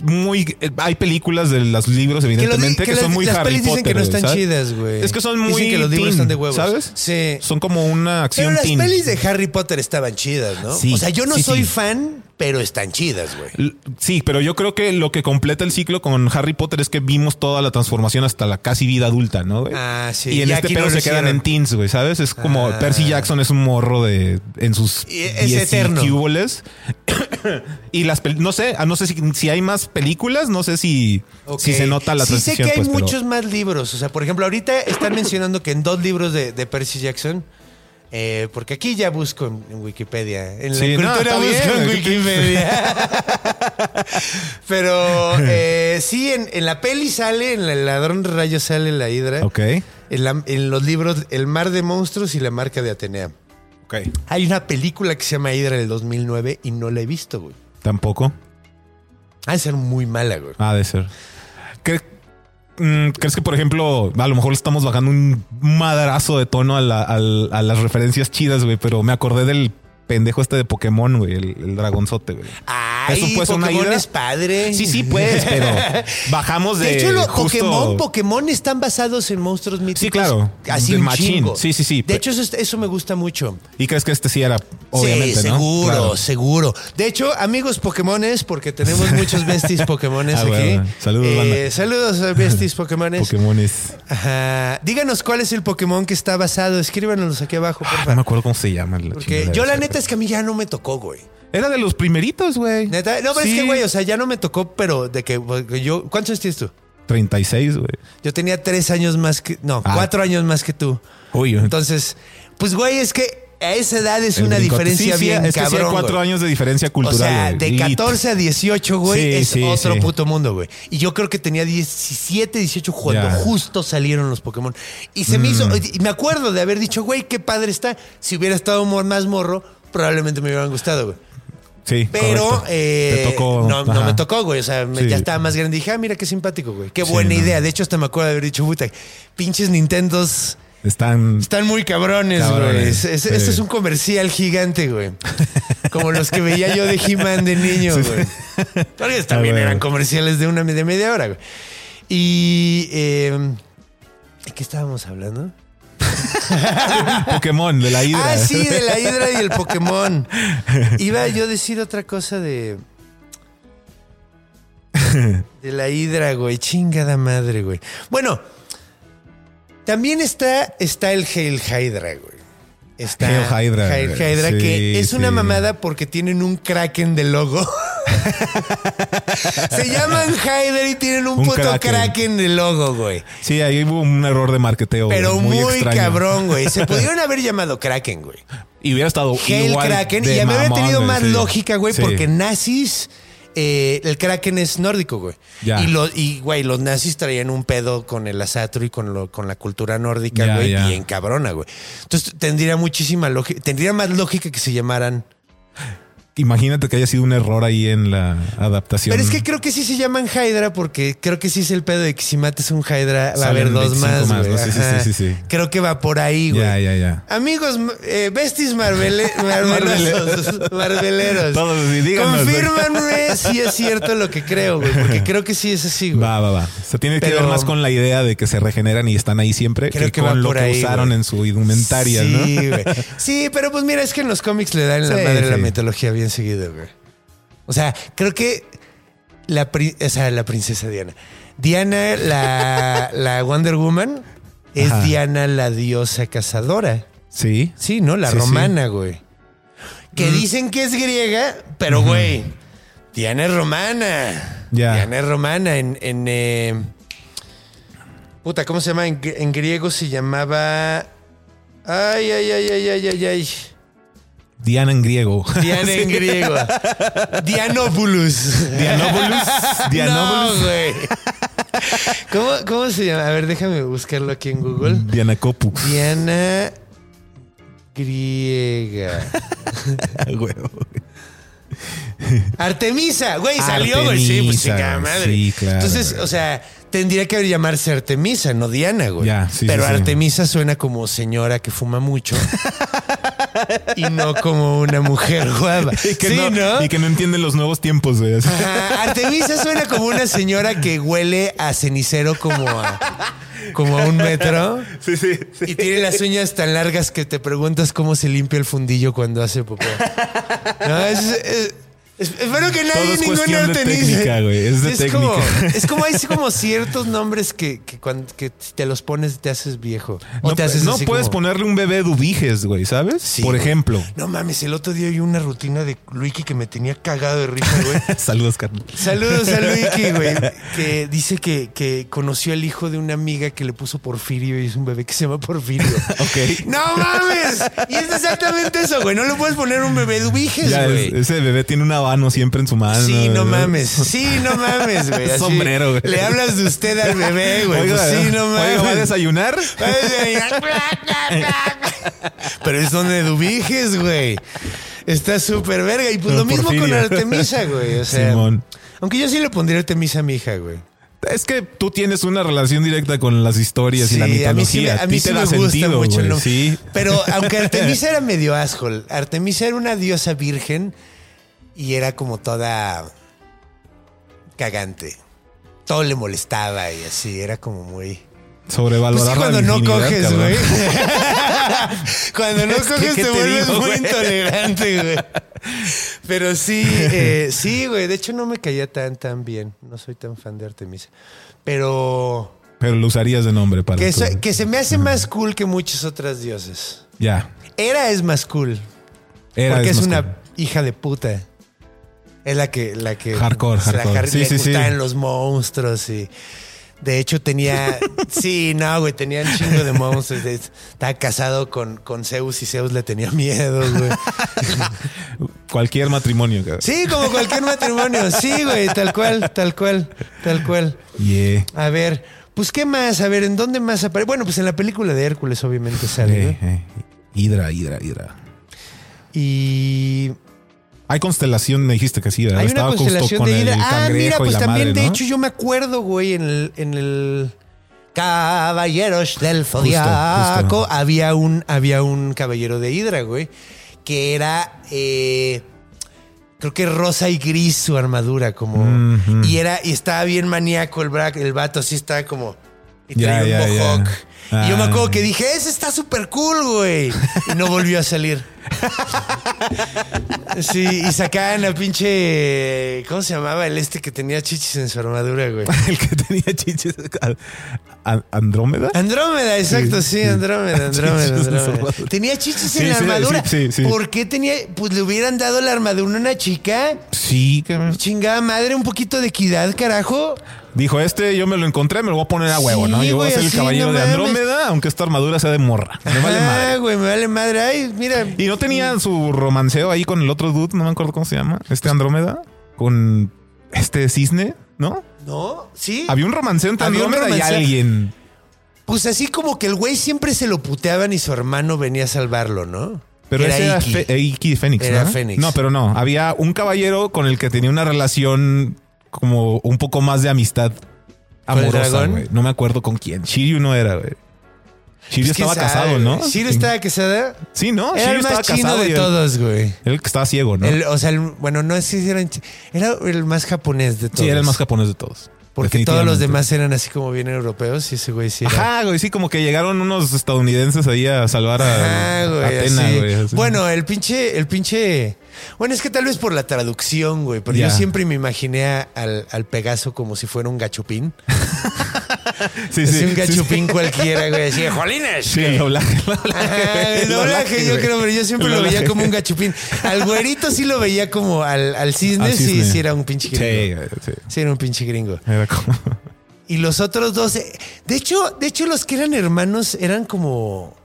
S3: muy. eh, Hay películas de los libros,
S1: Que lo di-
S3: evidentemente, que,
S1: que
S3: son
S1: las-
S3: muy
S1: las
S3: Harry
S1: pelis dicen que
S3: Potter,
S1: no están
S3: ¿sabes?
S1: chidas, güey.
S3: Es que son
S1: Dicen
S3: muy.
S1: que los libros
S3: teen,
S1: están de huevos.
S3: ¿Sabes?
S1: Sí.
S3: Son como una acción
S1: Pero las
S3: teen.
S1: pelis de Harry Potter estaban chidas, ¿no?
S3: Sí,
S1: o sea, yo no
S3: sí,
S1: soy
S3: sí.
S1: fan, pero están chidas, güey.
S3: L- Sí, pero yo creo que lo que completa el ciclo con Harry Potter es que vimos toda la transformación hasta la casi vida adulta, ¿no? güey?
S1: Ah, sí.
S3: Y en
S1: Y
S3: este
S1: aquí
S3: pedo
S1: no lo
S3: se quedan
S1: hicieron.
S3: en teens, güey, ¿sabes? Es como
S1: Ah.
S3: Percy Jackson es un morro de en sus
S1: Y es
S3: 10 y
S1: eterno.
S3: quíboles. y las pel- no sé, ah, no sé si, si hay más películas, no sé si,
S1: Ok.
S3: si se nota la
S1: Sí sé que
S3: transición.
S1: hay
S3: pues, pero-
S1: muchos más libros. O sea, por ejemplo, ahorita están mencionando que en dos libros de, de Percy Jackson... eh, porque aquí ya busco en, en Wikipedia. En
S3: Sí,
S1: la
S3: no,
S1: cultura
S3: está
S1: busco
S3: bien,
S1: en
S3: güey.
S1: Wikipedia. Pero eh, sí, en, en la peli sale, en el ladrón de rayos sale la hidra.
S3: Ok.
S1: En, la- en los libros El mar de monstruos y la marca de Atenea.
S3: Ok.
S1: Hay una película que se llama Hydra del 2009 y no la he visto, güey.
S3: Tampoco.
S1: Ha de ser muy mala, güey.
S3: Ha de ser. ¿Cre- mm, ¿Crees que, por ejemplo, a lo mejor le estamos bajando un madrazo de tono a, la- al- a las referencias chidas, güey? Pero me acordé del pendejo este de Pokémon, güey, el, el dragonzote, güey.
S1: Ah, Ay,
S3: Eso puede ser una
S1: Pokémon
S3: ida.
S1: es padre.
S3: Sí, sí, pues, pero bajamos de.
S1: De hecho, los
S3: justo-
S1: Pokémon, Pokémon están basados en monstruos míticos.
S3: claro.
S1: Así
S3: De
S1: un
S3: machín.
S1: chingo.
S3: Sí, sí, sí.
S1: De hecho, eso, es- eso me gusta mucho.
S3: Y crees que este sí era, obviamente,
S1: sí,
S3: ¿no?
S1: seguro,
S3: Claro.
S1: seguro. De hecho, amigos Pokémones, porque tenemos muchos besties Pokémones
S3: Ah,
S1: aquí. Eh,
S3: bueno. Saludos, banda.
S1: Saludos, besties Pokémones.
S3: Pokémon es.
S1: Ajá. Díganos cuál es el Pokémon que está basado. Escríbanos aquí abajo, por
S3: Ah, No me
S1: favor.
S3: acuerdo cómo se llama. la
S1: Porque
S3: chingadera
S1: yo la
S3: esa.
S1: neta es que a mí ya no me tocó, güey.
S3: Era de los primeritos, güey.
S1: Neta, no, pero es
S3: Sí.
S1: que, güey, o sea, ya no me tocó, pero de que porque yo. ¿Cuántos años tienes tú?
S3: 36, güey.
S1: Yo tenía tres años más que. No,
S3: Ah.
S1: cuatro años más que tú.
S3: Uy,
S1: Entonces, pues, güey, es que a esa edad es
S3: el
S1: una
S3: brincote.
S1: diferencia
S3: Sí, sí,
S1: bien
S3: es que sí hay
S1: cabrón.
S3: cuatro
S1: güey.
S3: años de diferencia
S1: O
S3: cultural.
S1: sea,
S3: güey.
S1: de
S3: Lit.
S1: 14 a 18, güey,
S3: Sí,
S1: es
S3: sí,
S1: otro
S3: sí.
S1: puto mundo, güey. Y yo creo que tenía 17, 18 cuando
S3: Ya. Mm.
S1: justo salieron los Pokémon. Y se me hizo, y me acuerdo de haber dicho, güey, qué padre está. Si hubiera estado mor- más morro, probablemente me hubieran gustado, güey.
S3: Sí,
S1: Pero
S3: correcto.
S1: eh,
S3: Te tocó,
S1: no, no
S3: ajá.
S1: me tocó, güey. O sea, me-
S3: Sí.
S1: ya estaba más grande. Dije, ah, mira qué simpático, güey. Qué
S3: Sí,
S1: buena
S3: no.
S1: idea. De hecho, hasta me acuerdo de haber dicho, puta, pinches Nintendos
S3: Están.
S1: están muy cabrones,
S3: Cabrones,
S1: güey. Es- es-
S3: sí.
S1: Este es un comercial gigante, güey. Como los que veía yo de He-Man de niño,
S3: Sí, sí.
S1: güey. Porque también
S3: Ah, bueno.
S1: eran comerciales de una de media hora, güey. Y. eh, ¿De qué estábamos hablando?
S3: Pokémon, de la hidra.
S1: Ah, sí, de la Hidra y el Pokémon. Iba yo a decir otra cosa de. De la Hidra, güey. Chingada madre, güey. Bueno, también está, está el Hail Hydra, güey. Está
S3: Hail Hydra,
S1: Hail
S3: güey.
S1: Hydra,
S3: Sí,
S1: que es una
S3: sí.
S1: mamada porque tienen un kraken de logo. Se llaman Hydra y tienen un,
S3: Un
S1: puto kraken.
S3: kraken.
S1: de logo, güey.
S3: Sí, ahí hubo un error de marketeo. güey,
S1: Pero muy,
S3: extraño.
S1: cabrón, güey. Se pudieron haber llamado kraken, güey.
S3: Y hubiera estado
S1: Hail
S3: igual
S1: Kraken.
S3: de
S1: Y ya me había
S3: mamón,
S1: tenido
S3: güey,
S1: más
S3: sí.
S1: lógica, güey,
S3: Sí.
S1: porque nazis. eh, el Kraken es nórdico, güey.
S3: Ya.
S1: Y, lo- y, güey, los nazis traían un pedo con el asatru y con, lo- con la cultura nórdica,
S3: Ya,
S1: güey,
S3: ya.
S1: bien cabrona, güey. Entonces tendría muchísima lógica, tendría más lógica que se llamaran.
S3: Imagínate que haya sido un error ahí en la adaptación.
S1: Pero es que creo que sí se llaman Hydra porque creo que sí es el pedo de que si mates un Hydra va a haber
S3: Salen
S1: dos
S3: 25
S1: más,
S3: más,
S1: güey.
S3: ¿no? Sí, sí, sí,
S1: Ajá.
S3: sí, sí.
S1: Creo que va por ahí, güey.
S3: Ya, ya, ya.
S1: Amigos, eh, besties marvele- marvelosos, marveleros.
S3: Todos así, díganos.
S1: Confírmanme si es cierto lo que creo, güey. Porque creo que sí es así, güey.
S3: Va, va, va. Se tiene
S1: Pero-
S3: que ver más con la idea de que se regeneran y están ahí siempre
S1: Creo que
S3: con
S1: va
S3: lo
S1: por
S3: que
S1: ahí,
S3: usaron
S1: güey.
S3: en su indumentaria,
S1: sí,
S3: ¿no?
S1: güey. Sí, pero pues mira, es que en los cómics le dan en la
S3: Sí,
S1: madre la
S3: sí.
S1: mitología bien seguido, güey. O sea, creo que la, pri- o sea, la princesa Diana. Diana, la, la Wonder Woman, es
S3: Ajá.
S1: Diana la diosa cazadora.
S3: Sí.
S1: Sí, ¿no? La
S3: Sí, Mm. sí.
S1: romana, güey. Que dicen que es griega, pero güey. Diana es romana.
S3: Ya.
S1: Diana es romana en. en, eh, Puta, ¿cómo se llama? En, gr- en griego se llamaba. Ay, ay, ay, ay, ay, ay, ay.
S3: Diana en griego.
S1: Diana en griego. Dianopoulos.
S3: Dianópolis. Dianópolis.
S1: No, güey. ¿Cómo, ¿Cómo se llama? A ver, déjame buscarlo aquí en Google.
S3: Diana Copu.
S1: Diana griega.
S3: Huevo.
S1: Artemisa, güey, salió, güey. Sí, pues
S3: Artemisa,
S1: chingada
S3: güey,
S1: madre.
S3: sí, claro,
S1: Entonces,
S3: güey.
S1: o sea, tendría que llamarse Artemisa, no Diana, güey.
S3: Ya, sí,
S1: Pero
S3: sí, sí.
S1: Artemisa suena como señora que fuma mucho y no como una mujer guapa.
S3: Y que
S1: sí,
S3: no,
S1: ¿no?
S3: Y que no entienden los nuevos tiempos, güey. Así.
S1: Ajá, Artemisa suena como una señora que huele a cenicero como a, como a un metro.
S3: Sí, sí, sí.
S1: Y tiene las uñas tan largas que te preguntas cómo se limpia el fundillo cuando hace popó. No, es, es- es- espero que nadie
S3: es
S1: ningún
S3: cuestión de
S1: artemisa.
S3: técnica, güey, es de
S1: Como,
S3: técnica.
S1: es como hay como ciertos nombres que, que cuando que si te los pones te haces viejo. O
S3: No,
S1: te haces
S3: no
S1: así
S3: puedes
S1: como-
S3: ponerle un bebé dubiges, güey, ¿sabes?
S1: Sí,
S3: Por
S1: güey.
S3: ejemplo.
S1: No mames, el otro día oí una rutina de Luiki que me tenía cagado de risa, güey.
S3: Saludos, carnal.
S1: Saludos a Luiki, güey, que dice que, que conoció al hijo de una amiga que le puso Porfirio y es un bebé que se llama Porfirio.
S3: Ok.
S1: ¡No mames! Y es exactamente eso, güey. No le puedes poner un bebé dubiges,
S3: Ya,
S1: güey.
S3: es- ese bebé tiene un habano siempre en su mano.
S1: Sí, no
S3: güey.
S1: mames. Sí, no mames, güey. Así
S3: Sombrero, güey.
S1: Le hablas de usted al bebé, güey.
S3: Oiga,
S1: Pues sí, no mames.
S3: oiga, ¿va a desayunar?
S1: Pero es donde dubiges, güey. Está súper verga. Y pues lo mismo con
S3: Porfirio.
S1: Artemisa, güey. O sea,
S3: Simón.
S1: aunque yo sí le pondría Artemisa a mi hija, güey.
S3: Es que tú tienes una relación directa con las historias y la
S1: Sí,
S3: mitología.
S1: a mí sí, me- a
S3: ti
S1: mí
S3: te
S1: sí
S3: da
S1: me gusta
S3: sentido,
S1: mucho Pues el
S3: güey,
S1: nombre.
S3: Sí.
S1: Pero aunque Artemisa era medio asshole, Artemisa era una diosa virgen y era como toda cagante. Todo le molestaba y así, era como muy... Pues
S3: Sobrevalorar
S1: sí,
S3: la
S1: cuando no
S3: virginidad,
S1: coges,
S3: cabrón.
S1: güey. cuando no
S3: Es que,
S1: coges
S3: ¿qué
S1: te
S3: te
S1: vuelves
S3: digo,
S1: muy
S3: güey?
S1: intolerante, güey. Pero sí, eh, sí, güey. De hecho, no me caía tan, tan bien. No soy tan fan de Artemisa. Pero
S3: Pero lo usarías de nombre para.
S1: que,
S3: tu-
S1: so- que se me hace más cool que muchas otras dioses.
S3: Ya.
S1: Era es más cool.
S3: Era
S1: porque es,
S3: más
S1: una
S3: cool.
S1: hija de puta. Es la que, la que
S3: Hardcore,
S1: se la
S3: hardcore.
S1: jar-
S3: Sí,
S1: le
S3: sí, sí.
S1: gustaban los monstruos y de hecho tenía, sí, no, güey, tenía un chingo de monstruos. De- Estaba casado con, con Zeus y Zeus le tenía miedo, güey.
S3: Cualquier matrimonio, cabrón.
S1: Sí, como cualquier matrimonio. Sí, güey, tal cual, tal cual, tal cual.
S3: Yeah.
S1: A ver, pues qué más, a ver, ¿en dónde más aparece? Bueno, pues en la película de Hércules obviamente sale.
S3: Eh,
S1: ¿no?
S3: eh. Hidra, hidra, hidra.
S1: Y
S3: Hay constelación, me dijiste que sí, ¿verdad?
S1: Hay una
S3: Estaba justo
S1: constelación
S3: con
S1: de
S3: el
S1: Hidra. Ah,
S3: cangrejo
S1: mira,
S3: y
S1: pues
S3: la
S1: también,
S3: madre,
S1: de
S3: ¿no?
S1: hecho, yo me acuerdo, güey, en el, en el Caballeros del Zodiaco
S3: justo.
S1: había un, había un caballero de Hidra, güey, que era. eh, Creo que rosa y gris su armadura, como.
S3: Ujú.
S1: Y era, y estaba bien maníaco el, bra- el vato, así estaba como. Y
S3: Ya,
S1: traía un
S3: ya, ya.
S1: mohawk. Y yo me
S3: Ah.
S1: acuerdo que dije, ese está súper cool, güey. Y no volvió a salir. Sí, y sacaban a pinche. ¿Cómo se llamaba el este que tenía chichis en su armadura, güey?
S3: El que tenía chiches. a- a- ¿Andrómeda?
S1: Andrómeda, exacto, sí, Andrómeda, Andrómeda,
S3: Chichis en su
S1: Andrómeda.
S3: armadura.
S1: Tenía chichis
S3: Sí,
S1: en la
S3: sí,
S1: armadura.
S3: sí, sí, sí.
S1: ¿Por qué tenía? Pues le hubieran dado la armadura a una chica.
S3: Sí, cabrón.
S1: Chingada madre, un poquito de equidad, carajo.
S3: Dijo, este yo me lo encontré, me lo voy a poner a huevo, ¿no?
S1: Sí,
S3: Yo voy
S1: güey,
S3: a ser el
S1: así,
S3: caballero
S1: no
S3: de
S1: mames.
S3: Andrómeda, aunque esta armadura sea de morra. Me vale
S1: Ajá,
S3: madre.
S1: Ah, güey, me vale madre. Ay, mira.
S3: Y no tenía su romanceo ahí con el otro dude, no me acuerdo cómo se llama. Este Andrómeda, con este cisne, ¿no?
S1: ¿No? ¿Sí?
S3: Había un romanceo entre
S1: Había un
S3: Andrómeda y
S1: romanceo.
S3: alguien.
S1: Pues así como que el güey siempre se lo puteaban y su hermano venía a salvarlo, ¿no?
S3: Pero
S1: Era
S3: ese era
S1: Iki.
S3: Fe- eh, Iki Fénix,
S1: Era
S3: ¿no?
S1: Fénix.
S3: No, pero no. Había un caballero con el que tenía una relación como un poco más de amistad
S1: ¿Con el
S3: amorosa,
S1: dragón?
S3: güey. No me acuerdo con quién. Shiryu no era, güey. Shiryu
S1: Pues, ¿quién
S3: estaba
S1: sabe,
S3: casado,
S1: güey?
S3: ¿no?
S1: Shiro estaba casada.
S3: Sí, ¿no?
S1: Era
S3: Shiryu
S1: el más
S3: estaba
S1: chino
S3: casado y
S1: de
S3: el-
S1: todos, güey.
S3: El que estaba ciego, ¿no?
S1: El- o sea, el- bueno, no sé si eran. chi- Era el más japonés de todos.
S3: sí, era el más japonés de todos.
S1: Porque todos los
S3: Definitivamente.
S1: demás eran así como bien europeos y ese güey sí era.
S3: Ajá, güey, sí, como que llegaron unos estadounidenses ahí a salvar a
S1: Ah, güey,
S3: Atena,
S1: así.
S3: güey. así.
S1: Bueno, el pinche, el pinche. Bueno, es que tal vez por la traducción, güey. Pero
S3: Ya.
S1: yo siempre me imaginé a- al, al Pegaso como si fuera un gachupín.
S3: sí,
S1: Así
S3: sí,
S1: un
S3: sí,
S1: gachupín
S3: sí.
S1: cualquiera, güey. Así de jolines.
S3: Sí, el doblaje. el
S1: Ajá,
S3: doblaje,
S1: el doblaje, yo
S3: güey.
S1: creo, pero yo siempre
S3: El
S1: lo veía
S3: doblaje.
S1: como un gachupín. Al güerito sí lo veía como al, al cisne,
S3: Al
S1: sí,
S3: cisne.
S1: sí era un pinche
S3: Ah, Sí,
S1: gringo.
S3: güey, sí.
S1: Sí, era un pinche gringo.
S3: Era como.
S1: Y los otros dos, eh, de hecho, de hecho, los que eran hermanos eran como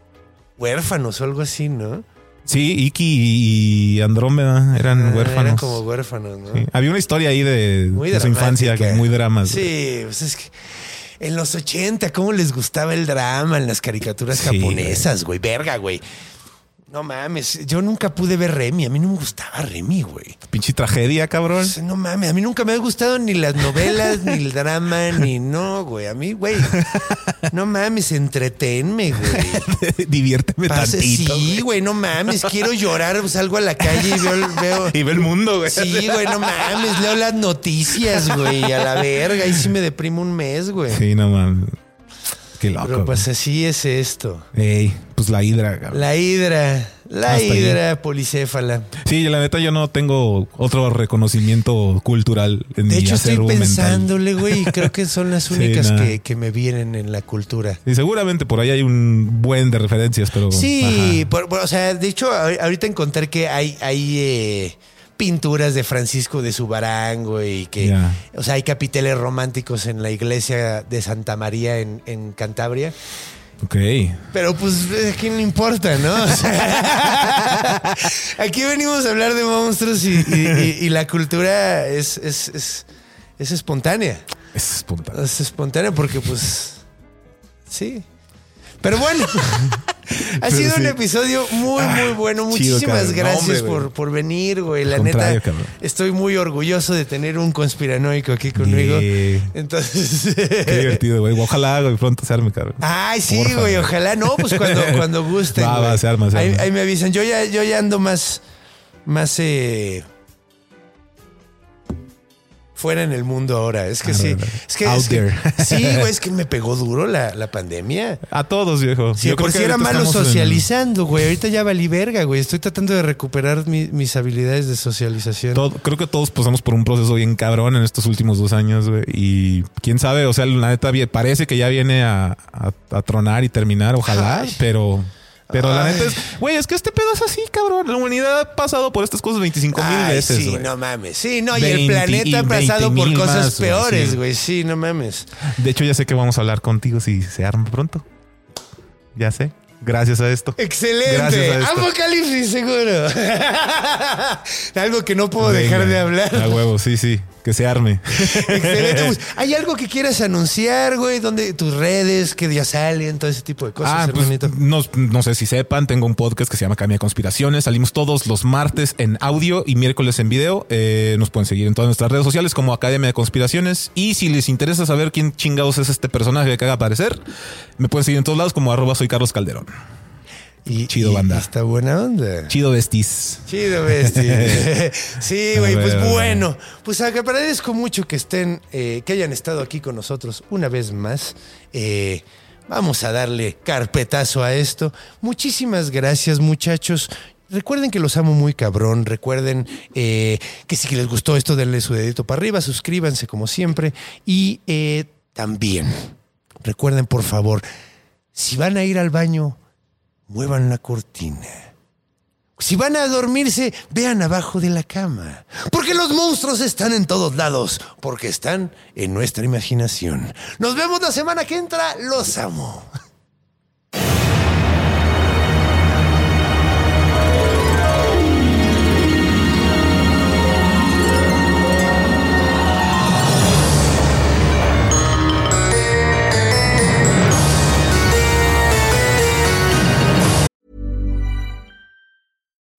S1: huérfanos o algo así, ¿no?
S3: Sí, Iki y Andrómeda eran
S1: Ah,
S3: huérfanos.
S1: Eran como huérfanos, ¿no?
S3: Sí. Había una historia ahí de,
S1: Muy
S3: de
S1: dramática.
S3: su infancia, que muy drama. güey.
S1: Sí, pues es que en los 80, ¿cómo les gustaba el drama en las caricaturas
S3: Sí,
S1: japonesas, güey? Verga, güey. No mames, yo nunca pude ver Remy, a mí no me gustaba Remy, güey.
S3: Pinche tragedia, cabrón.
S1: Pues, No mames, a mí nunca me han gustado ni las novelas, ni el drama, ni no, güey. A mí, güey. No mames, entretenme, güey.
S3: Diviérteme
S1: Pase-
S3: tantito.
S1: sí, güey, no mames. Quiero llorar, salgo a la calle y veo. veo
S3: Y ve el mundo, güey.
S1: sí, güey, no mames. Leo las noticias, güey, a la verga. Y sí me deprimo un mes, güey.
S3: Sí, no mames. Qué loco.
S1: Pero pues
S3: güey.
S1: así es esto.
S3: Ey, pues la hidra, cabrón. Ah,
S1: La hidra, la
S3: Hasta ahí.
S1: hidra policéfala.
S3: Sí, la neta yo no tengo otro reconocimiento cultural en
S1: De
S3: mi
S1: hecho, estoy
S3: acervo mental.
S1: pensándole, güey, y creo que son las
S3: Sí,
S1: únicas
S3: nah.
S1: que, que me vienen en la cultura.
S3: Y seguramente por ahí hay un buen de referencias, pero...
S1: Sí,
S3: ajá.
S1: por- por- o sea, de hecho, ahor- ahorita encontré que hay, hay eh, pinturas de Francisco de Subarango y que,
S3: Ya.
S1: o sea, hay capiteles románticos en la iglesia de Santa María en, en Cantabria.
S3: Ok.
S1: Pero pues, ¿a quién le importa, no? O sea, aquí venimos a hablar de monstruos y, y- y- y la cultura es, es, es, es espontánea.
S3: Es espontáneo.
S1: Es espontánea porque, pues, sí. Pero bueno, ha
S3: Pero
S1: sido un
S3: sí. Ah,
S1: episodio muy, muy bueno.
S3: chido,
S1: Muchísimas
S3: cabrón. No,
S1: gracias
S3: hombre, güey.
S1: por, por venir, güey. La
S3: contrario,
S1: neta,
S3: cabrón.
S1: estoy muy orgulloso de tener un conspiranoico aquí conmigo.
S3: Yeah.
S1: Entonces...
S3: Qué divertido, güey. Ojalá, güey, pronto se arme, cabrón.
S1: Ay, sí,
S3: Porfa,
S1: güey,
S3: güey.
S1: ojalá. No, pues cuando, cuando gusten.
S3: Va,
S1: güey.
S3: va, se arma, se
S1: ahí,
S3: arma.
S1: ahí me avisan. Yo ya, yo ya ando más, más eh, fuera en el mundo ahora.
S3: Ah,
S1: Es que sí. Es que,
S3: Out
S1: es que-
S3: there.
S1: sí, güey, es que me pegó duro la, la pandemia.
S3: A todos, viejo.
S1: Sí,
S3: Yo creo
S1: por
S3: que
S1: si era
S3: ahorita
S1: malo
S3: estamos en-
S1: socializando, güey. Ahorita ya valí verga, güey. Estoy tratando de recuperar mi- mis habilidades de socialización.
S3: Todo- creo que todos pasamos por un proceso bien cabrón en estos últimos dos años, güey. Y quién sabe, o sea, la neta vie- parece que ya viene a, a- a tronar y terminar, ojalá,
S1: Ay.
S3: pero. Pero la
S1: Ay.
S3: neta es, güey, es que este pedo es así, cabrón. La humanidad ha pasado por estas cosas 25 mil
S1: Ay,
S3: veces.
S1: sí,
S3: güey.
S1: no mames. Sí, no, y
S3: 20
S1: el planeta ha
S3: y
S1: pasado
S3: 20
S1: por
S3: mil
S1: cosas
S3: más, güey,
S1: peores,
S3: sí.
S1: güey. Sí, no mames.
S3: De hecho, ya sé que vamos a hablar contigo si se arma pronto. Ya sé. Gracias a esto.
S1: Excelente.
S3: Gracias a esto.
S1: Apocalipsis, seguro. algo que no puedo dejar
S3: Venga. Ah,
S1: de
S3: A
S1: hablar.
S3: huevo, sí, sí. Que se arme.
S1: Excelente. Pues, ¿Hay algo que quieras anunciar, güey? ¿Dónde tus redes, qué día salen, todo ese tipo de cosas,
S3: Ah, pues,
S1: hermanito?
S3: no, no sé si sepan, tengo un podcast que se llama Academia de Conspiraciones. Salimos todos los martes en audio y miércoles en video. Eh, nos pueden seguir en todas nuestras redes sociales como Academia de Conspiraciones. Y si les interesa saber quién chingados es este personaje que acaba de aparecer, me pueden seguir en todos lados como arroba soy Carlos Calderón.
S1: Y-
S3: chido,
S1: y-
S3: banda.
S1: Está buena onda.
S3: Chido vestis.
S1: Chido, bestia. sí, güey,
S3: A
S1: pues
S3: ver, a ver.
S1: bueno. Pues ac- agradezco mucho que estén, eh, que hayan estado aquí con nosotros una vez más. Eh, vamos a darle carpetazo a esto. Muchísimas gracias, muchachos. Recuerden que los amo muy cabrón. Recuerden eh, que si les gustó esto, denle su dedito para arriba. Suscríbanse como siempre. Y eh, también, recuerden por favor, si van a ir al baño, muevan la cortina. Si van a dormirse, vean abajo de la cama. Porque los monstruos están en todos lados. Porque están en nuestra imaginación. Nos vemos la semana que entra. Los amo.